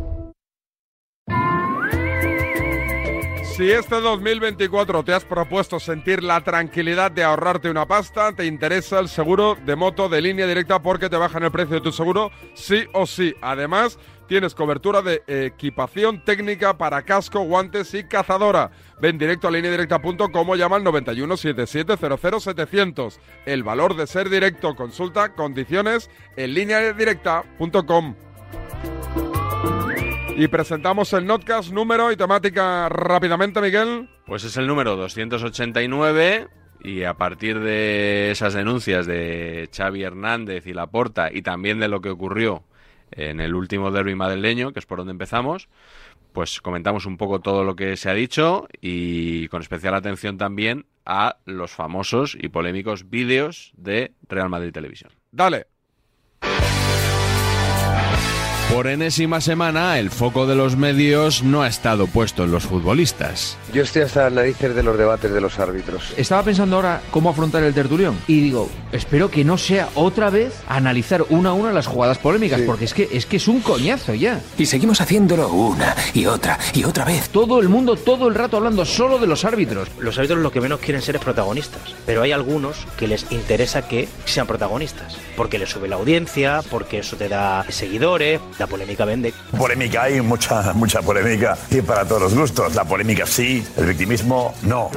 S1: Si este 2024 te has propuesto sentir la tranquilidad de ahorrarte una pasta, te interesa el seguro de moto de línea directa porque te bajan el precio de tu seguro, sí o sí. Además, tienes cobertura de equipación técnica para casco, guantes y cazadora. Ven directo a lineadirecta.com o llama al 91 77 00 700. El valor de ser directo. Consulta condiciones en lineadirecta.com. Y presentamos el notcast, número y temática rápidamente, Miguel.
S2: Pues es el número 289 y a partir de esas denuncias de Xavi Hernández y Laporta y también de lo que ocurrió en el último derby madrileño, que es por donde empezamos, pues comentamos un poco todo lo que se ha dicho y con especial atención también a los famosos y polémicos vídeos de Real Madrid Televisión.
S1: Dale.
S2: Por enésima semana, el foco de los medios no ha estado puesto en los futbolistas.
S27: Yo estoy hasta las narices de los debates de los árbitros.
S17: Estaba pensando ahora cómo afrontar el tertulión y digo, espero que no sea otra vez analizar una a una las jugadas polémicas, porque es que, es que es un coñazo ya.
S28: Y seguimos haciéndolo una y otra y otra vez.
S17: Todo el mundo todo el rato hablando solo de los árbitros.
S29: Los árbitros lo que menos quieren ser es protagonistas, pero hay algunos que les interesa que sean protagonistas, porque les sube la audiencia, porque eso te da seguidores, la polémica vende.
S30: Polémica hay, mucha, mucha polémica. Y para todos los gustos. La polémica sí, el victimismo no.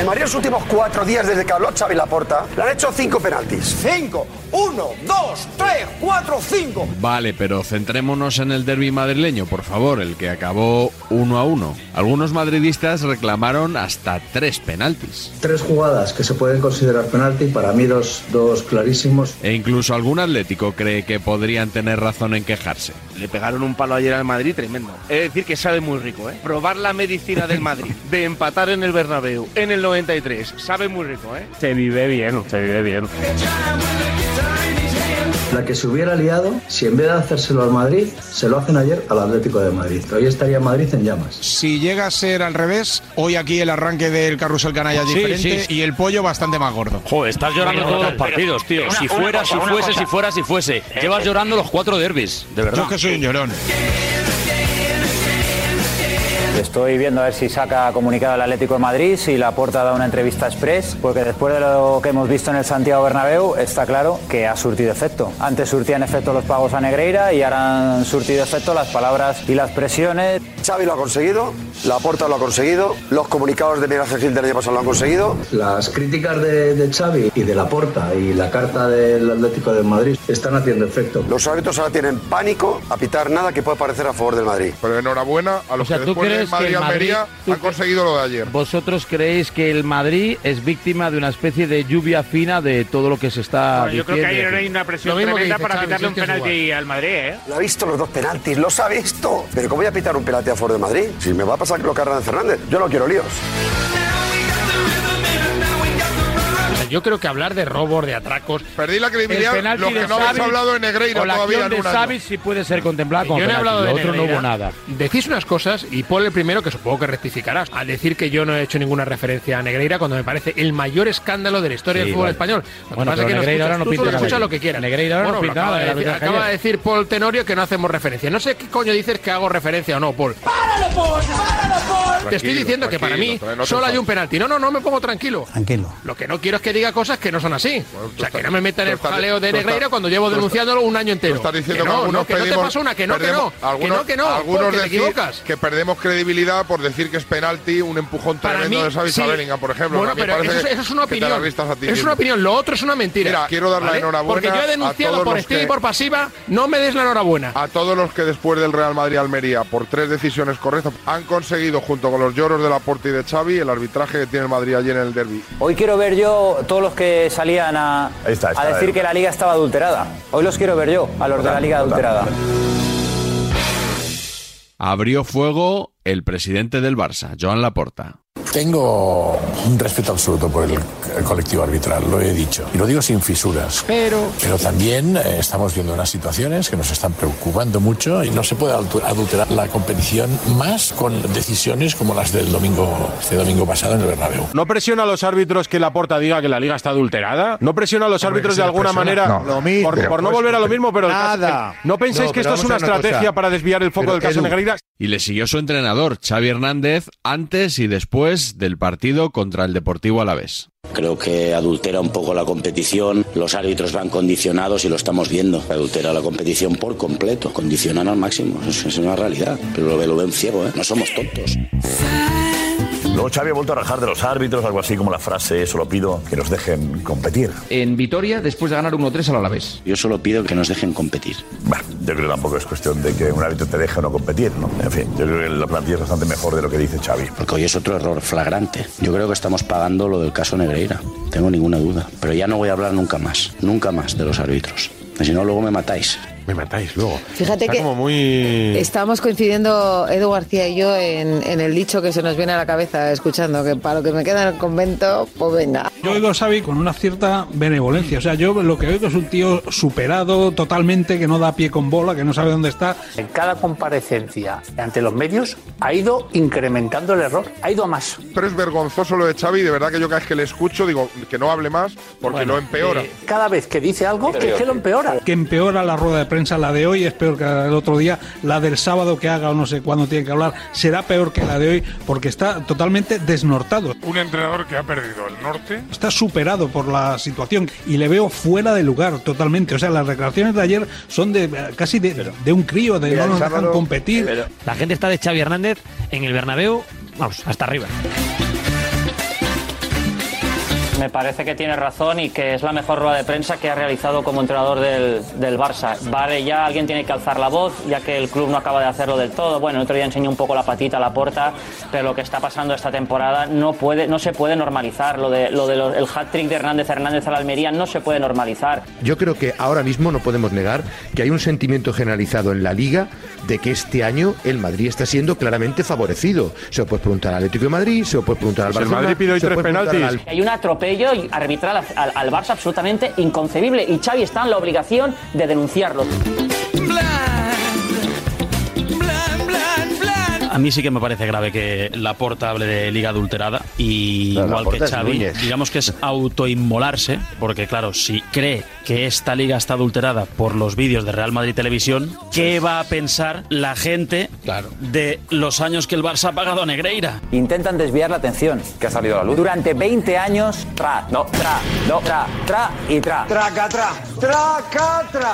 S31: En Madrid los últimos cuatro días desde que habló Xavi Laporta, le han hecho cinco penaltis. Cinco, uno, dos, tres, cuatro, cinco.
S2: Vale, pero centrémonos en el derby madrileño, por favor, el que acabó 1 a 1. Algunos madridistas reclamaron hasta tres penaltis.
S32: Tres jugadas que se pueden considerar penalti, para mí dos, dos clarísimos.
S2: E incluso algún atlético cree que podrían tener razón en quejarse.
S3: Le pegaron un palo ayer al Madrid tremendo. Es decir, que sabe muy rico, ¿eh? Probar la medicina del Madrid, de empatar en el Bernabéu, en el 93, sabe muy rico, ¿eh?
S33: Se vive bien, se vive bien.
S32: La que se hubiera liado, si en vez de hacérselo al Madrid, se lo hacen ayer al Atlético de Madrid. Hoy estaría Madrid en llamas.
S34: Si llega a ser al revés, hoy aquí el arranque del carrusel canalla es
S33: Sí,
S34: diferente
S33: sí.
S34: y el pollo bastante más gordo.
S33: Joder, Pues estás llorando
S34: Pero,
S33: todos los
S34: pero,
S33: partidos, tío.
S34: pero una-
S33: si
S34: una
S33: fuera,
S34: cosa,
S33: si
S34: una
S33: fuese,
S34: cosa.
S33: si fuera, si fuese. Llevas llorando los cuatro derbis, de verdad.
S34: Yo que soy un llorón.
S3: Estoy viendo a ver si saca comunicado el Atlético de Madrid, si la puerta da una entrevista express, porque después de lo que hemos visto en el Santiago Bernabéu, está claro que ha surtido efecto. Antes surtían efecto los pagos a Negreira y ahora han surtido efecto las palabras y las presiones.
S35: Xavi lo ha conseguido, la porta lo ha conseguido, los comunicados de Miguel Ángel Gil del año pasado lo han conseguido.
S36: Las críticas de, de Xavi y de Laporta y la carta del Atlético de Madrid están haciendo efecto.
S35: Los árbitros ahora tienen pánico a pitar nada que pueda parecer a favor del Madrid.
S37: Pero enhorabuena a
S35: los
S37: sea, que ¿tú después de crees que Madrid- el Madrid- Almería
S17: ¿Tú
S37: han conseguido lo de ayer.
S17: ¿Vosotros creéis que el Madrid es víctima de una especie de lluvia fina de todo lo que se está
S38: Bueno, yo creo que ahí
S17: diciendo?
S38: hay una presión
S35: Lo mismo que
S38: tremenda
S35: dice
S38: para
S35: Xavi,
S38: quitarle
S35: si
S38: un
S35: es que es
S38: penalti al Madrid, ¿eh?
S35: Lo ha visto los dos penaltis, los ha visto. Pero ¿cómo voy a pitar un penalti a favor del Madrid? Si me va a pasar lo que a Hernán Fernández. Yo no quiero líos.
S3: Yo creo que hablar de robos, de atracos.
S37: Perdí la credibilidad,
S3: el penalti
S37: lo que
S3: de
S37: no habéis
S3: Xavi
S37: hablado de Negreira
S3: o la
S37: todavía
S3: acción
S37: en
S3: de
S37: un año.
S3: Xavi sí puede ser contemplada yo como no he penalti, hablado de lo otro no Negreira. hubo nada. Decís unas cosas y Paul el primero que supongo que rectificarás al decir que yo no he hecho ninguna referencia a Negreira cuando me parece el mayor escándalo de la historia Sí, del fútbol vale. español. Lo que Bueno, pasa es pero que no Negreira escuchas- ahora no tú pinta solo nada. escuchas lo que quieras. Negreira ahora no Bueno, lo pinta nada acaba, de de la decir, arbitraje acaba ayer. de decir Paul Tenorio que no hacemos referencia. No sé qué coño dices que hago referencia o no, Paul.
S34: ¡Páralo, Paul! ¡Páralo, Paul!
S3: Te estoy diciendo que para mí
S34: tranquilo, no te
S3: solo hay
S34: enfades.
S3: un penalti. No, no, no me pongo tranquilo.
S34: Tranquilo.
S3: Lo que no quiero es que diga cosas que no son así. o sea, que no me metan
S37: tú
S3: en el
S37: estás-
S3: jaleo de
S37: tú
S3: Negreira
S37: estás-
S3: cuando llevo
S37: tú estás-
S3: denunciándolo un año entero.
S37: Estás diciendo
S3: que
S37: que,
S3: no,
S37: algunos
S3: no, que no te
S37: pedimos-
S3: pasa una, que no,
S37: perdemos-
S3: que no.
S37: algunos-
S3: que no, que no.
S37: Algunos
S3: porque te
S37: decir
S3: equivocas.
S37: que perdemos credibilidad por decir que es penalti, un empujón
S3: Para
S37: tremendo
S3: mí,
S37: de Xavi
S3: sí.
S37: a Bellingham, por ejemplo.
S3: Bueno,
S37: A mí me
S3: pero
S37: parece
S3: eso,
S37: que-
S3: eso es una
S37: que te la
S3: opinión.
S37: vistas a ti
S3: es
S37: mismo.
S3: una opinión. Lo otro es una mentira.
S37: Mira, quiero dar la enhorabuena
S3: Porque yo
S37: a
S3: he denunciado
S37: todos
S3: por
S37: los
S3: estilo
S37: que-
S3: y por pasiva. No me des la enhorabuena.
S37: A todos los que después del Real Madrid-Almería, por tres decisiones correctas, han conseguido, junto con los lloros de Laporte y de Xavi, el arbitraje que tiene el Madrid ayer en el derby.
S34: Hoy quiero ver yo todos los que salían a,
S37: está, está,
S34: a decir
S37: ahí.
S34: que la liga estaba adulterada. Hoy los quiero ver yo, a los de la liga adulterada.
S2: Abrió fuego el presidente del Barça, Joan Laporta.
S13: Tengo un respeto absoluto por el, el colectivo arbitral, lo he dicho. Y lo digo sin fisuras.
S3: Pero.
S13: Pero también eh, estamos viendo unas situaciones que nos están preocupando mucho y no se puede altu- adulterar la competición más con decisiones como las del domingo, este domingo pasado en el Bernabéu.
S10: ¿No presiona a los árbitros que la porta diga que la liga está adulterada? ¿No presiona a los
S13: Hombre,
S10: árbitros
S13: sí
S10: de
S13: la
S10: alguna
S13: presiona.
S10: manera?
S13: No, lo mismo.
S10: Por, por no
S2: Pues,
S10: volver a lo mismo, pero. el caso-
S2: nada.
S10: ¿No pensáis
S2: No,
S10: que
S2: pero
S10: esto es
S2: vamos a
S10: una
S2: hacer una
S10: estrategia
S2: cosa.
S10: para desviar el foco
S2: Pero,
S10: del caso
S2: Edu,
S10: Negreira?
S2: Y le siguió su entrenador, Xavi Hernández, antes y después del partido contra el Deportivo Alavés.
S4: Creo que adultera un poco la competición, los árbitros van condicionados y lo estamos viendo. Adultera la competición por completo, condicionan al máximo, es, es una realidad, pero lo, ve- lo ven ciego, ¿eh? no somos tontos.
S13: Luego Xavi ha vuelto a rajar de los árbitros, algo así como la frase, solo pido que nos dejen competir.
S17: En Vitoria, después de ganar 1-3 al Alavés.
S13: Yo solo pido que nos dejen competir. Bueno, yo creo que tampoco es cuestión de que un árbitro te deje o no competir, ¿no? En fin, yo creo que la plantilla es bastante mejor de lo que dice Xavi.
S4: Porque hoy es otro error flagrante. Yo creo que estamos pagando lo del caso Negreira, tengo ninguna duda. Pero ya no voy a hablar nunca más, nunca más de los árbitros. Si no, luego me matáis. Me matáis luego.
S11: Fíjate Está que- como
S4: muy...
S11: Estamos coincidiendo Edu García y yo en, en el dicho que se nos viene a la cabeza escuchando que para lo que me queda en el convento, pues venga.
S12: Yo oigo a Xavi con una cierta benevolencia. O sea, yo lo que oigo es un tío superado totalmente, que no da pie con bola, que no sabe dónde está.
S39: En cada comparecencia ante los medios ha ido incrementando el error, ha ido a más.
S37: Pero es vergonzoso lo de Xavi, de verdad que yo cada vez que le escucho digo que no hable más porque
S39: Bueno,
S37: lo empeora.
S39: eh, cada vez que dice algo, es que lo empeora.
S12: Que empeora la rueda de prensa, la de hoy es peor que la del otro día, la del sábado que haga o no sé cuándo tiene que hablar será peor que la de hoy porque está totalmente desnortado.
S40: Un entrenador que ha perdido el norte.
S12: Está superado por la situación y le veo fuera de lugar totalmente. O sea, las declaraciones de ayer son de eh, casi de, de un crío, de
S14: Mira,
S12: no nos
S14: el
S12: dejan
S14: sábado-
S12: competir.
S14: La gente está de Xavi Hernández en el Bernabéu, vamos, hasta arriba.
S41: Me parece que tiene razón y que es la mejor rueda de prensa que ha realizado como entrenador del, del Barça. Vale, ya alguien tiene que alzar la voz, ya que el club no acaba de hacerlo del todo. Bueno, el otro día enseñó un poco la patita a la puerta, pero lo que está pasando esta temporada no puede, no se puede normalizar. Lo de, lo del hat-trick de Hernández Hernández a la Almería no se puede normalizar.
S22: Yo creo que ahora mismo no podemos negar que hay un sentimiento generalizado en la liga de que este año el Madrid está siendo claramente favorecido. Se lo puedes preguntar al Atlético de Madrid, se lo puedes preguntar al
S40: Pues el
S22: Barcelona.
S40: Madrid pide hoy
S22: se lo
S40: tres
S22: puedes preguntar al-
S41: Hay un atropello arbitral al, al Barça absolutamente inconcebible y Xavi está en la obligación de denunciarlo.
S14: A mí sí que me parece grave que Laporta hable de liga adulterada.
S42: y
S3: No,
S42: igual
S3: Laporta
S42: que
S3: es
S42: Xavi,
S3: Núñez.
S42: digamos que es autoinmolarse, porque claro, si cree que esta liga está adulterada por los vídeos de Real Madrid Televisión, ¿qué va a pensar la gente de los años que el Barça ha pagado a Negreira?
S34: Intentan desviar la atención.
S42: Que ha salido a la
S34: Durante 20 años, tra, no, tra, no, tra, tra y tra. Traca, tra, traca, tra.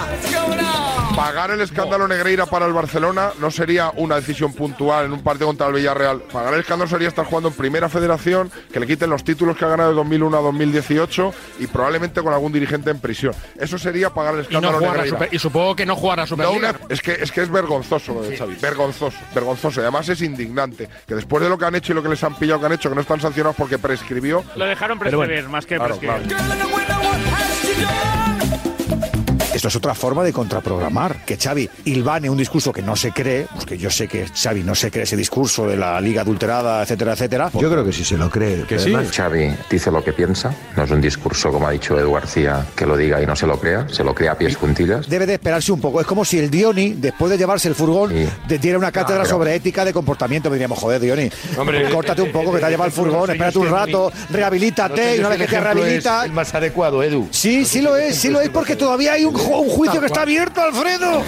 S37: Pagar el escándalo Negreira para el Barcelona no sería una decisión puntual en un partido contra el Villarreal. Pagar el escándalo sería estar jugando en Primera Federación, que le quiten los títulos que ha ganado de 2001 a 2018 y probablemente con algún dirigente en prisión. Eso sería pagar el
S1: Y, no
S37: escándalo
S1: jugar a
S37: Negreira.
S1: Super- y supongo que no jugará Superliga.
S37: No, una- es, que, es que es vergonzoso, eh, Xavi. Vergonzoso, vergonzoso. Y además es indignante que después de lo que han hecho y lo que les han pillado que han hecho, que no están sancionados porque prescribió.
S43: Lo dejaron
S37: Pero bueno,
S43: prescribir, más que
S37: claro,
S43: prescribir.
S3: Esto es otra forma de contraprogramar. Que Xavi hilvane un discurso que no se cree, pues que yo sé que Xavi no se cree ese discurso de la liga adulterada, etcétera, etcétera.
S44: Yo creo que sí se lo cree.
S3: Que sí.
S7: Xavi dice lo que piensa, no es un discurso, como ha dicho Edu García, que lo diga y no se lo crea, se lo crea a pies juntillas.
S3: Debe de esperarse un poco. Es como si el Dioni, después de llevarse el furgón, te diera una cátedra
S7: pero-
S3: sobre ética de comportamiento. Me diríamos, joder, Dioni,
S44: Hombre,
S3: córtate
S44: eh,
S3: un poco, que te ha
S44: eh,
S3: llevado el
S44: eh,
S3: furgón,
S44: eh,
S3: espérate un
S44: eh,
S3: rato,
S44: No sé
S3: rehabilítate, y una
S44: si
S3: vez
S44: el
S3: que te
S44: ejemplo
S3: rehabilita...
S44: es el más adecuado, Edu.
S3: Sí, sí lo es, sí lo es, porque todavía hay un, ju- un juicio que está abierto, Alfredo.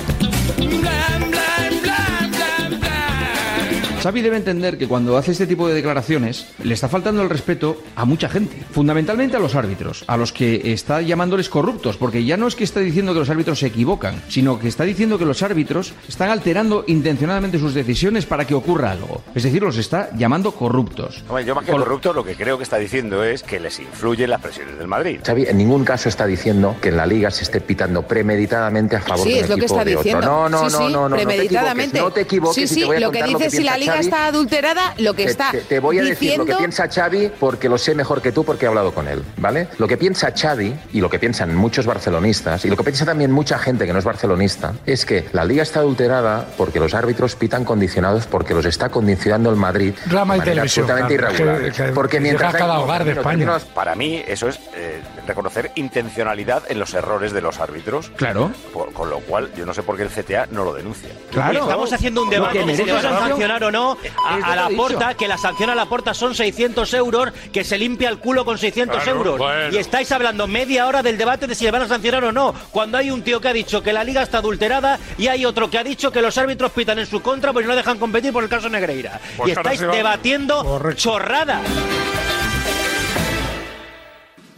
S17: Xavi debe entender que cuando hace este tipo de declaraciones le está faltando el respeto a mucha gente, fundamentalmente a los árbitros, a los que está llamándoles corruptos, porque ya no es que está diciendo que los árbitros se equivocan, sino que está diciendo que los árbitros están alterando intencionadamente sus decisiones para que ocurra algo. Es decir, los está llamando corruptos.
S45: Hombre, yo más que corrupto lo que creo que está diciendo es que les influyen las presiones del Madrid.
S7: Xavi en ningún caso está diciendo que en la liga se esté pitando premeditadamente a favor
S11: Sí,
S7: de un
S11: es lo que
S7: equipo
S11: está
S7: o de otro.
S11: diciendo.
S7: No, no,
S11: Sí, sí,
S7: no, no, no, no te equivoques,
S11: premeditadamente.
S7: No te equivoques,
S11: Sí,
S7: y
S11: sí,
S7: te voy a
S11: lo que
S7: contar
S11: dice
S7: lo
S11: si la
S7: piensa
S11: liga
S7: Xavi.
S11: está adulterada, lo que
S7: Te-
S11: está
S7: te, te voy a decir
S11: diciendo...
S7: lo que piensa Xavi porque lo sé mejor que tú porque he hablado con él, ¿vale? Lo que piensa Xavi y lo que piensan muchos barcelonistas y lo que piensa también mucha gente que no es barcelonista es que la liga está adulterada porque los árbitros pitan condicionados porque los está condicionando el Madrid
S45: Drama
S7: de
S45: y
S7: manera
S45: televisión,
S7: absolutamente
S45: claro,
S7: irregular.
S45: que- que
S7: porque
S45: llega
S7: mientras
S45: a cada
S7: hay-
S45: hogar de
S7: no,
S45: España.
S7: no,
S45: Para mí eso es eh, reconocer intencionalidad en los errores de los árbitros.
S3: Claro.
S45: Por- con lo cual yo no sé por qué el CTA no lo denuncia.
S3: Claro.
S4: Estamos haciendo un debate
S45: Lo que
S4: de si
S45: merece
S4: le vas a
S45: sanción
S4: sancionar o no a,
S45: es
S4: a
S45: lo
S4: la
S45: que he
S4: porta,
S45: dicho.
S4: que la sanción a la porta son 600 euros, que se limpia el culo con 600
S14: Claro,
S4: euros.
S14: bueno.
S4: Y estáis hablando media hora del debate de si le van a sancionar o no, cuando hay un tío que ha dicho que la liga está adulterada y hay otro que ha dicho que los árbitros pitan en su contra porque no dejan competir por el caso Negreira.
S45: Pues
S4: y
S45: ahora
S4: estáis
S45: se va.
S4: debatiendo chorradas.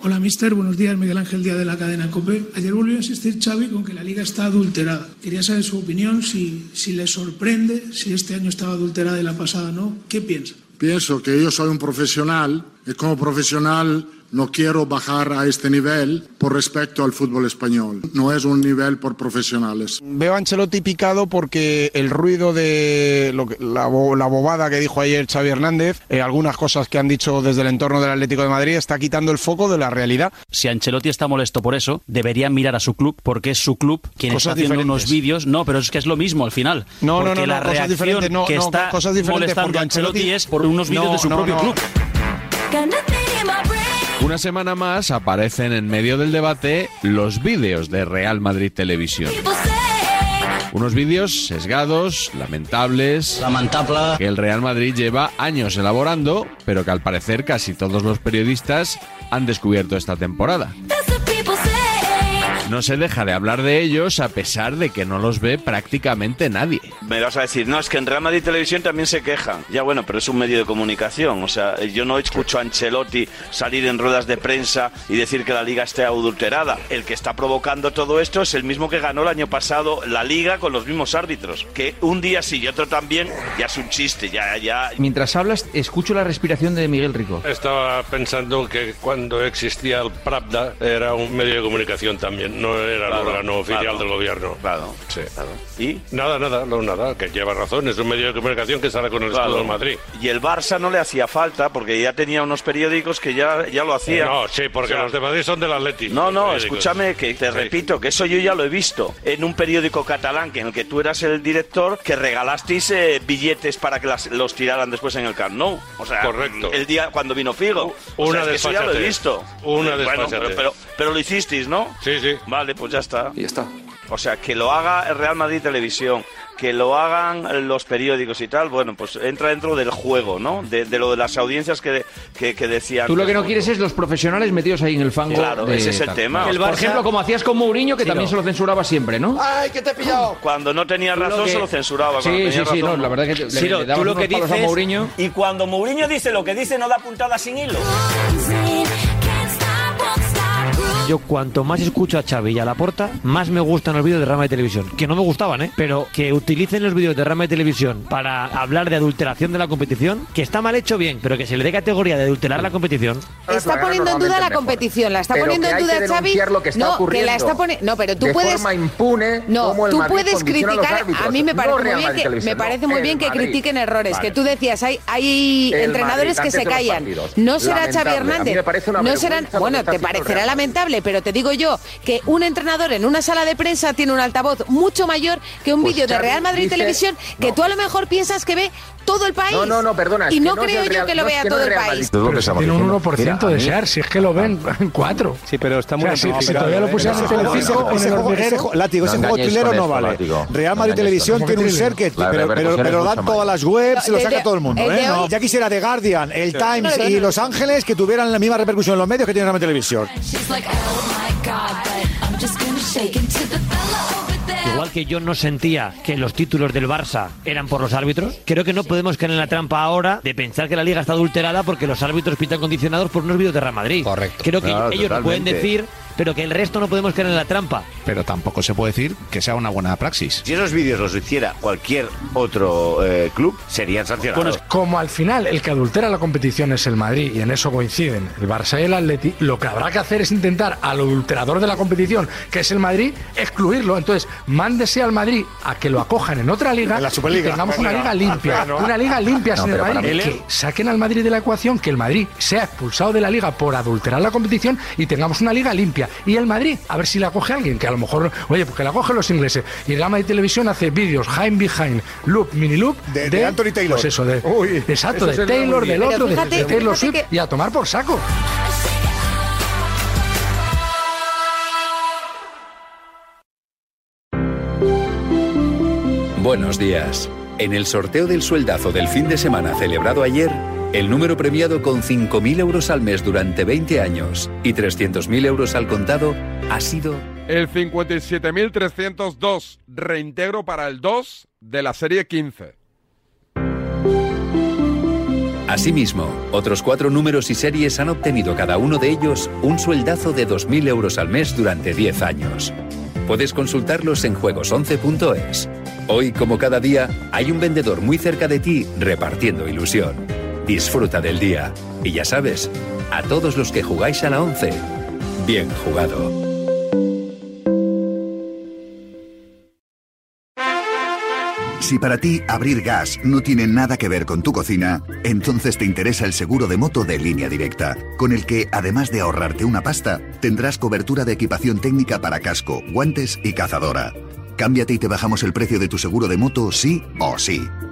S12: Hola, mister. Buenos días. Miguel Ángel Díaz de la cadena COPE. Ayer volvió a insistir Xavi con que la liga está adulterada. Quería saber su opinión, si, si le sorprende, si este año estaba adulterada y la pasada no. ¿Qué piensa?
S46: Pienso que yo soy un profesional y como profesional no quiero bajar a este nivel por respecto al fútbol español. No es un nivel por profesionales.
S47: Veo a Ancelotti picado porque el ruido de lo que- la, bo- la bobada que dijo ayer Xavi Hernández, eh, algunas cosas que han dicho desde el entorno del Atlético de Madrid, está quitando el foco de la realidad.
S4: Si Ancelotti está molesto por eso, debería mirar a su club, porque es su club quien
S47: Cosas
S4: está haciendo
S47: diferentes.
S4: unos vídeos. No, pero es que es lo mismo al final.
S47: No, no,
S4: porque
S47: no,
S4: la
S47: no, cosas
S4: reacción
S47: diferentes, no,
S4: que
S47: no,
S4: está
S47: cosas diferentes,
S4: molestando
S47: porque
S4: a Ancelotti,
S47: Ancelotti-
S4: es por unos vídeos
S47: No,
S4: de su
S47: no,
S4: propio
S47: no.
S4: club.
S2: Una semana más aparecen en medio del debate los vídeos de Real Madrid Televisión. Unos vídeos sesgados, lamentables, que el Real Madrid lleva años elaborando, pero que al parecer casi todos los periodistas han descubierto esta temporada. No se deja de hablar de ellos a pesar de que no los ve prácticamente nadie.
S6: Me vas a decir, no, es que en Real Madrid Televisión también se quejan. Ya bueno, pero es un medio de comunicación. O sea, eh, yo no escucho a Ancelotti salir en ruedas de prensa y decir que la liga esté adulterada. El que está provocando todo esto es el mismo que ganó el año pasado la liga con los mismos árbitros. Que un día sí y otro también, ya es un chiste, ya, ya,
S17: Mientras hablas, escucho la respiración de Miguel Rico.
S48: Estaba pensando que cuando existía el Pravda era un medio de comunicación también, no era
S6: Claro,
S48: el órgano oficial
S6: claro,
S48: del gobierno.
S6: Claro,
S48: sí.
S6: ¿Y?
S48: Nada, nada, no, nada, que lleva razón, es un medio de comunicación que sale con el
S6: Claro.
S48: escudo de Madrid.
S6: Y el Barça no le hacía falta porque ya tenía unos periódicos que ya, ya lo hacían.
S48: Eh,
S4: ah,
S48: No, sí, porque
S6: O sea,
S48: los de Madrid son del Atlético.
S6: No, no, escúchame, que te repito, que eso yo ya lo he visto en un periódico catalán que en el que tú eras el director, que regalasteis eh, billetes para que las- los tiraran después en el Camp Nou. O sea,
S48: Correcto.
S6: el día cuando vino Figo. O
S48: Una
S6: sea, es que eso ya lo he
S48: desfachatez.
S6: visto.
S48: Una
S6: Bueno,
S48: desfachatez.
S6: pero, pero, pero lo hicisteis, ¿no?
S48: Sí, sí.
S6: Vale, pues ya está.
S48: Y está.
S6: O sea, que lo haga Real Madrid Televisión, que lo hagan los periódicos y tal, bueno, pues entra dentro del juego, ¿no? De, de lo de las audiencias que, que, que decían.
S25: Tú lo que no quieres es los profesionales metidos ahí en el fango.
S6: Claro,
S25: de-
S6: ese es el tema. El
S25: Por
S6: Barça-
S25: ejemplo, como hacías con Mourinho, que
S6: Sí,
S25: también
S6: no. Ah,
S25: se lo censuraba siempre, ¿no?
S6: ¡Ay, que te he pillado! Cuando no tenía
S25: Tú lo
S6: razón
S25: que-
S6: se lo censuraba.
S25: Sí,
S6: cuando tenía
S25: sí, sí,
S6: razón,
S25: no, la verdad que le- Ciro, le dabas tú lo unos que palos a dices- Mourinho.
S49: Y cuando Mourinho dice lo que dice, no da puntada sin hilo.
S14: Yo cuanto más escucho a Xavi y a Laporta, más me gustan los vídeos de Rama de Televisión. Que no me gustaban, ¿eh? Pero que utilicen los vídeos de Rama de Televisión para hablar de adulteración de la competición, que está mal hecho bien, pero que se le dé categoría de adulterar la competición.
S11: Está poniendo en duda la competición, la está
S14: Pero
S11: poniendo
S14: que
S11: en
S14: hay
S11: duda
S14: que
S11: Xavi.
S14: denunciar lo que está
S11: no, que
S14: ocurriendo.
S11: la está poni- no, pero tú
S14: De
S11: puedes
S14: forma
S18: impune
S11: No,
S18: cómo el
S11: tú
S18: Madrid
S11: puedes
S18: condiciona a los
S11: criticar, a,
S18: árbitros,
S11: mí me
S18: no
S11: parece muy
S18: Real
S11: bien
S18: Madrid
S11: que me
S18: Televisión,
S11: parece muy
S18: el
S11: bien que
S18: Madrid.
S11: critiquen errores,
S18: Vale.
S11: que tú decías, hay hay
S18: El
S11: entrenadores
S18: Madrid
S11: que se
S18: antes de los
S11: callan.
S18: partidos.
S11: No será
S18: Lamentable.
S11: Xavi
S18: A mí me
S11: Hernández.
S18: parece una
S11: no
S18: vergüenza
S11: serán,
S18: lo que
S11: bueno,
S18: está
S11: te
S18: haciendo
S11: parecerá
S18: Real Madrid.
S11: lamentable, pero te digo yo que un entrenador en una sala de prensa tiene un altavoz mucho mayor que un
S18: Pues
S11: vídeo de
S18: Xavi
S11: Real Madrid
S18: dice-
S11: Televisión que tú a lo mejor piensas que ve todo el país.
S18: No, no, no, perdona. es
S11: Y
S18: que
S11: no
S18: es
S11: creo
S18: el
S11: yo
S18: Real-
S11: que lo
S18: no es
S11: vea
S18: no
S11: todo
S18: es
S11: el
S18: Real
S11: país.
S18: Madrid. ¿De dónde estamos
S45: Tiene un
S18: diciendo?
S45: 1%
S18: Mira, a
S45: de
S18: mí-
S45: share, si es que lo ven en 4.
S22: Sí, pero está
S45: muy
S22: muy
S45: si, si
S22: complicado,
S45: todavía lo
S22: ¿eh?
S45: pusieran en
S22: Ese juego-
S45: Telecinco o en
S22: ese
S45: el
S22: juego-
S45: hormiguero.
S22: ese juego- látigo,
S45: No
S22: ese juego
S45: engañes
S22: chileno
S45: con
S22: no
S45: esto,
S22: vale.
S45: látigo.
S22: Real
S45: No
S22: Madrid
S45: engañes
S22: Televisión
S45: con
S22: tiene un
S45: esto.
S22: ser que,
S45: La
S22: pero, pero,
S45: repercusión es
S22: pero lo dan mucho todas mayor. las webs,
S45: No,
S22: lo
S45: el
S22: saca
S45: de-
S22: todo el mundo.
S45: el de
S22: ¿eh? No,
S45: hoy-
S22: Ya quisiera The Guardian, el
S45: Sí.
S22: Times
S45: No, no,
S22: y
S45: no.
S22: Los Ángeles que tuvieran la misma repercusión en los medios que tiene Real Televisión.
S14: Igual que yo no sentía que los títulos del Barça eran por los árbitros, creo que no podemos caer en la trampa ahora de pensar que la liga está adulterada porque los árbitros pitan condicionados por unos vídeos de Real Madrid. Correcto. Creo que
S50: Claro,
S14: ellos lo pueden
S50: totalmente.
S14: decir, pero que el resto no podemos caer en la trampa.
S50: Pero tampoco se puede decir que sea una buena praxis.
S4: Si esos vídeos los hiciera cualquier otro eh, club, serían sancionados.
S45: como al final el que adultera la competición es el Madrid, y en eso coinciden el Barça y el Atleti, lo que habrá que hacer es intentar al adulterador de la competición, que es el Madrid, excluirlo. Entonces, mándese al Madrid a que lo acojan en otra liga
S22: En la Superliga.
S45: y tengamos una liga
S22: Bueno,
S45: limpia.
S22: bueno.
S45: Una liga limpia
S22: No,
S45: sin el
S22: pero para
S45: Madrid.
S22: mí-
S45: Que saquen al Madrid de la ecuación, que el Madrid sea expulsado de la liga por adulterar la competición y tengamos una liga limpia. Y el Madrid, a ver si la coge alguien, que a lo mejor, oye, porque la cogen los ingleses. Y el Gama de Televisión hace vídeos, Hind Behind, Loop, Mini Loop,
S22: de Anthony Taylor.
S45: pues eso, de,
S22: Uy,
S45: exacto,
S22: eso
S45: de
S22: sería muy
S45: Taylor,
S22: bien.
S45: del
S22: Pero
S45: otro, de-
S22: fíjate-
S45: de Taylor
S22: fíjate
S45: Swift, y a tomar por saco.
S51: Buenos días. En el sorteo del sueldazo del fin de semana celebrado ayer, el número premiado con 5.000 euros al mes durante 20 años y 300.000 euros al contado ha sido...
S1: El 57.302 reintegro para el 2 de la serie 15.
S51: Asimismo, otros cuatro números y series han obtenido cada uno de ellos un sueldazo de 2.000 euros al mes durante 10 años. Puedes consultarlos en juegos11.es. Hoy, como cada día, hay un vendedor muy cerca de ti repartiendo ilusión. Disfruta del día. Y ya sabes, a todos los que jugáis a la 11, bien jugado.
S52: Si para ti abrir gas no tiene nada que ver con tu cocina, entonces te interesa el seguro de moto de línea directa, con el que, además de ahorrarte una pasta, tendrás cobertura de equipación técnica para casco, guantes y cazadora. Cámbiate y te bajamos el precio de tu seguro de moto sí o sí.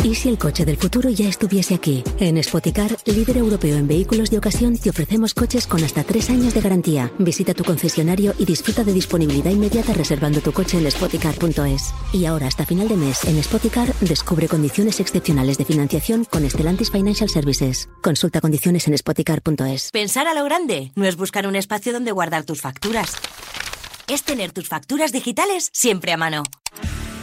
S25: ¿Y si el coche del futuro ya estuviese aquí? En Spoticar, líder europeo en vehículos de ocasión, te ofrecemos coches con hasta tres años de garantía. Visita tu concesionario y disfruta de disponibilidad inmediata reservando tu coche en spoticar.es. Y ahora, hasta final de mes, en Spoticar, descubre condiciones excepcionales de financiación con Stellantis Financial Services. Consulta condiciones en spoticar.es.
S53: Pensar a lo grande no es buscar un espacio donde guardar tus facturas. Es tener tus facturas digitales siempre a mano.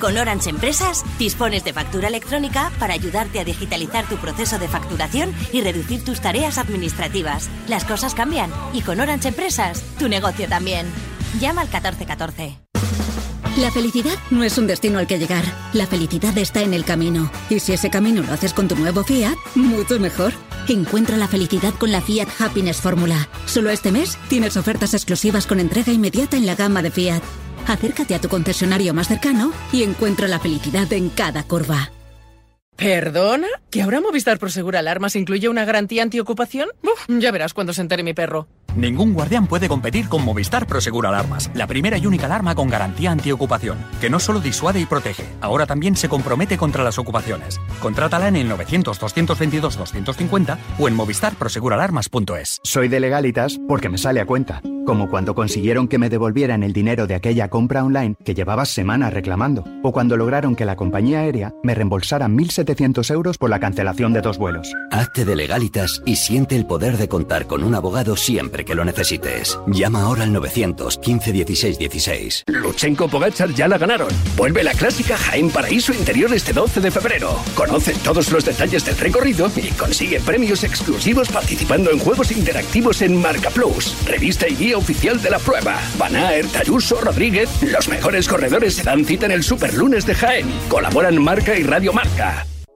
S53: Con Orange Empresas dispones de factura electrónica para ayudarte a digitalizar tu proceso de facturación y reducir tus tareas administrativas. Las cosas cambian y con Orange Empresas tu negocio también. Llama al 1414.
S25: La felicidad no es un destino al que llegar. La felicidad está en el camino. Y si ese camino lo haces con tu nuevo Fiat, mucho mejor. Encuentra la felicidad con la Fiat Happiness Fórmula. Solo este mes tienes ofertas exclusivas con entrega inmediata en la gama de Fiat. Acércate a tu concesionario más cercano y encuentra la felicidad en cada curva.
S18: ¿Perdona? ¿Que ahora Movistar Prosegur Alarmas incluye una garantía antiocupación? Uf, ya verás cuando se entere mi perro.
S54: Ningún guardián puede competir con Movistar Prosegur Alarmas, la primera y única alarma con garantía antiocupación, que no solo disuade y protege, ahora también se compromete contra las ocupaciones. Contrátala en el 900-222-250 o en movistarproseguralarmas.es.
S52: Soy de legalitas porque me sale a cuenta, como cuando consiguieron que me devolvieran el dinero de aquella compra online que llevaba semanas reclamando, o cuando lograron que la compañía aérea me reembolsara 1.700 euros por la cancelación de dos vuelos.
S55: Hazte de legalitas y siente el poder de contar con un abogado siempre que lo necesites. Llama ahora al 915 16 16.
S51: Luchenko Pogachar ya la ganaron. Vuelve la clásica Jaén Paraíso Interior este 12 de febrero. Conoce todos los detalles del recorrido y consigue premios exclusivos participando en juegos interactivos en Marca Plus, revista y guía oficial de la prueba. Banaer, Tayuso, Rodríguez, los mejores corredores se dan cita en el Superlunes de Jaén. Colaboran Marca y Radio Marca.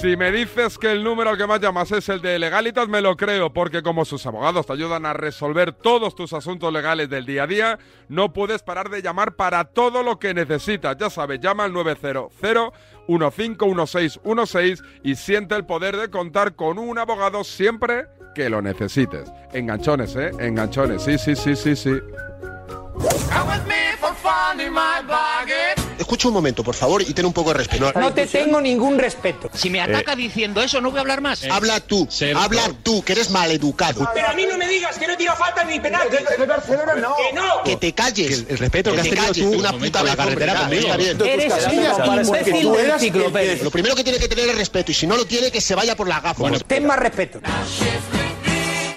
S1: Si me dices que el número al que más llamas es el de Legalitas, me lo creo, porque como sus abogados te ayudan a resolver todos tus asuntos legales del día a día, no puedes parar de llamar para todo lo que necesitas. Ya sabes, llama al 900 151616 y siente el poder de contar con un abogado siempre que lo necesites. Enganchones, ¿eh? Enganchones. Sí, sí, sí, sí, sí.
S3: Escucha un momento, por favor, y ten un poco de respeto.
S22: No te tengo ningún respeto. Si me
S3: ataca
S4: Eh.
S22: diciendo eso, no voy a hablar más.
S3: Habla tú, habla tú, que eres maleducado.
S22: Pero a mí no me digas que no tira falta ni penal.
S12: Eh,
S22: Que no.
S3: Que te calles. el, respeto que has tenido tú una puta vez, hombre, ya, está bien.
S22: Eres
S3: Tus
S22: un
S3: casillas,
S22: imbécil
S3: porque tú
S22: del
S3: eras
S22: enciclopedia.
S3: el que- Lo primero que tiene que tener es respeto, y si no lo tiene, que se vaya por las gafas.
S22: ten más respeto.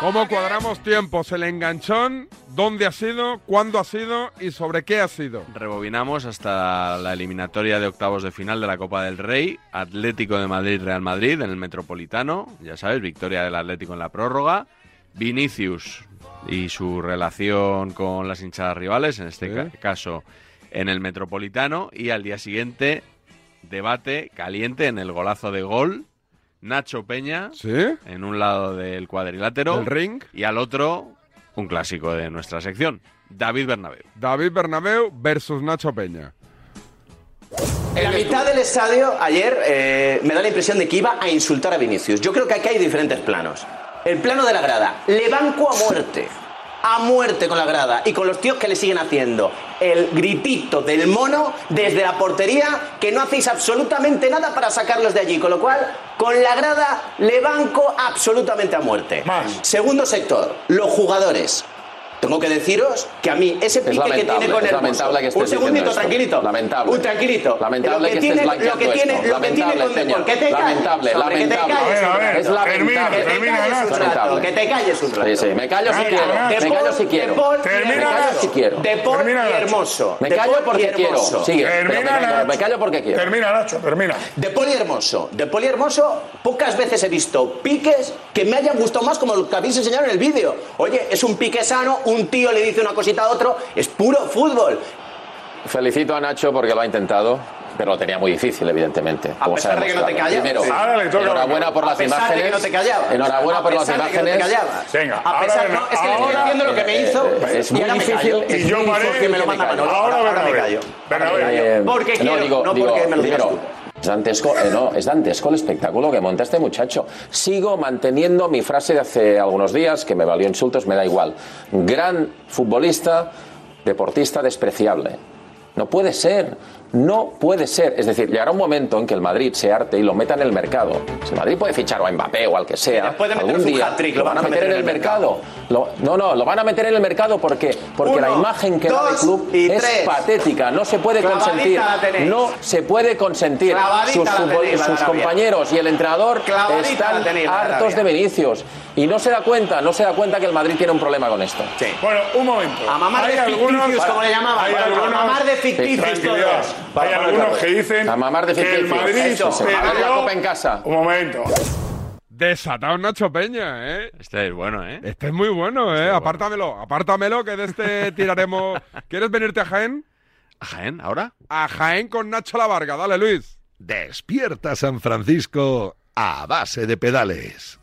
S1: ¿Cómo cuadramos tiempos? El enganchón, dónde ha sido, cuándo ha sido y sobre qué ha sido.
S2: Rebobinamos hasta la eliminatoria de octavos de final de la Copa del Rey, Atlético de Madrid, Real Madrid en el Metropolitano, ya sabes, victoria del Atlético en la prórroga, Vinicius y su relación con las hinchadas rivales, en este ca- caso en el Metropolitano, y al día siguiente debate caliente en el golazo de gol. Nacho Peña en un lado del cuadrilátero
S1: Del ring.
S2: y al otro un clásico de nuestra sección, David Bernabéu.
S1: David Bernabeu versus Nacho Peña.
S56: La mitad del estadio ayer eh, me da la impresión de que iba a insultar a Vinicius. Yo creo que aquí hay diferentes planos. El plano de la grada, le banco a muerte. A muerte con la grada y con los tíos que le siguen haciendo el gritito del mono desde la portería que no hacéis absolutamente nada para sacarlos de allí. Con lo cual, con la grada le banco absolutamente a muerte. Segundo sector, los jugadores. Tengo que deciros que a mí ese pique que tiene
S7: lamentable,
S56: con
S7: es
S56: el
S7: lamentable que estés
S56: Un segundito,
S7: diciendo esto.
S56: tranquilito.
S7: Lamentable.
S56: Un tranquilito.
S7: Lamentable
S56: lo que,
S7: que estés
S56: tiene, lo
S7: blanqueando
S56: que tiene,
S7: esto.
S56: lo que tiene
S7: Lamentable,
S56: con
S7: señor.
S56: que te calles,
S7: Lamentable,
S56: hombre, que te
S7: lamentable.
S56: calles un
S7: A ver, a ver,
S56: rato.
S7: termina,
S56: Que te
S7: termina,
S56: calles un
S7: Nacho.
S56: rato,
S7: Lamentable.
S56: Que te calles un rato.
S7: Sí, sí, me callo si
S56: Venga,
S7: quiero,
S56: De
S7: me
S56: Paul-
S7: callo si
S56: de
S7: quiero.
S56: Paul y
S7: Termina,
S56: Hermoso.
S7: Nacho. si quiero.
S56: De Paul
S7: Termina,
S56: y
S7: Nacho.
S56: hermoso.
S7: Me
S56: De
S7: callo
S56: Paul y
S7: porque quiero.
S56: hermoso.
S7: Sigue, pero me Termina, callo, Nacho. me callo porque quiero. Termina,
S56: Nacho, termina. De Poli Hermoso. De Poli Hermoso, pocas veces he visto piques que me hayan gustado más como lo que habéis enseñado en el vídeo. Oye, es un pique sano, un tío le dice una cosita a otro, es puro fútbol.
S7: Felicito a Nacho porque lo ha intentado, pero lo tenía muy difícil, evidentemente.
S56: A pesar de que no te callas.
S7: Primero,
S56: Sí. Ahora le toca a
S7: enhorabuena
S56: Bernabéu.
S7: por
S56: A
S7: las
S56: pesar de
S7: imágenes.
S56: que no te callabas.
S7: Enhorabuena
S56: A
S7: por las
S56: pesar de que no te
S7: imágenes.
S56: callabas. Venga, A ahora pesar- Bernabéu. no, es que le estoy diciendo lo que me hizo
S7: Es
S56: y
S7: muy
S56: ahora me
S7: difícil.
S56: callo.
S7: es
S56: Y yo
S7: muy
S56: paré
S7: difícil que
S56: y
S7: me
S56: me
S7: callo.
S56: mandaron. Ahora Ahora me Bernabéu. callo.
S7: Eh,
S56: Porque quiero, no porque me lo digas
S7: primero, Es dantesco, eh, no, es dantesco el espectáculo que monta este muchacho. Sigo manteniendo mi frase de hace algunos días, que me valió insultos, me da igual. Gran futbolista, deportista despreciable. No puede ser, no puede ser. Es decir, llegará un momento en que el Madrid se arte y lo meta en el mercado. Si el Madrid puede fichar o a Mbappé o al que sea,
S56: Después de meteros
S7: algún
S56: un
S7: día
S56: hat-trick,
S7: lo van a meter en el mercado. Lo- no, no, lo van a meter en el mercado porque, porque
S56: Uno,
S7: la imagen que da el
S56: dos
S7: club
S56: y
S7: es
S56: tres.
S7: patética. No se puede
S56: Clavadita
S7: consentir.
S56: la tenéis.
S7: No se puede consentir.
S56: Clavadita
S7: sus
S56: la
S7: futbol-
S56: tenéis,
S7: sus
S56: Valderrabia.
S7: compañeros y el entrenador
S56: Clavadita
S7: están
S56: la tenéis,
S7: hartos
S56: Valderrabia.
S7: de Vinicius. Y no se da cuenta, no se da cuenta que el Madrid tiene un problema con esto.
S3: Bueno, un momento.
S56: A mamar
S3: Hay
S56: de
S3: algunos-
S56: ficticios, como le llamaban.
S3: hay
S56: A
S3: algunos-
S56: mamar de ficticios
S3: Tranquilidad.
S56: todos.
S3: Hay
S7: Para-
S3: algunos que dicen
S7: A mamar de
S3: que el
S7: ficticios.
S3: Madrid
S7: Eso, se mamar la
S3: perdió-
S7: copa en casa.
S3: Un momento.
S1: Desatado Nacho Peña, ¿eh?
S57: Este es bueno, ¿eh?
S1: Este es muy bueno, ¿eh? apártamelo, apártamelo, que de este tiraremos. ¿Quieres venirte a Jaén?
S57: ¿A Jaén ahora?
S1: A Jaén con Nacho La Varga, dale Luis.
S22: Despierta San Francisco a base de pedales.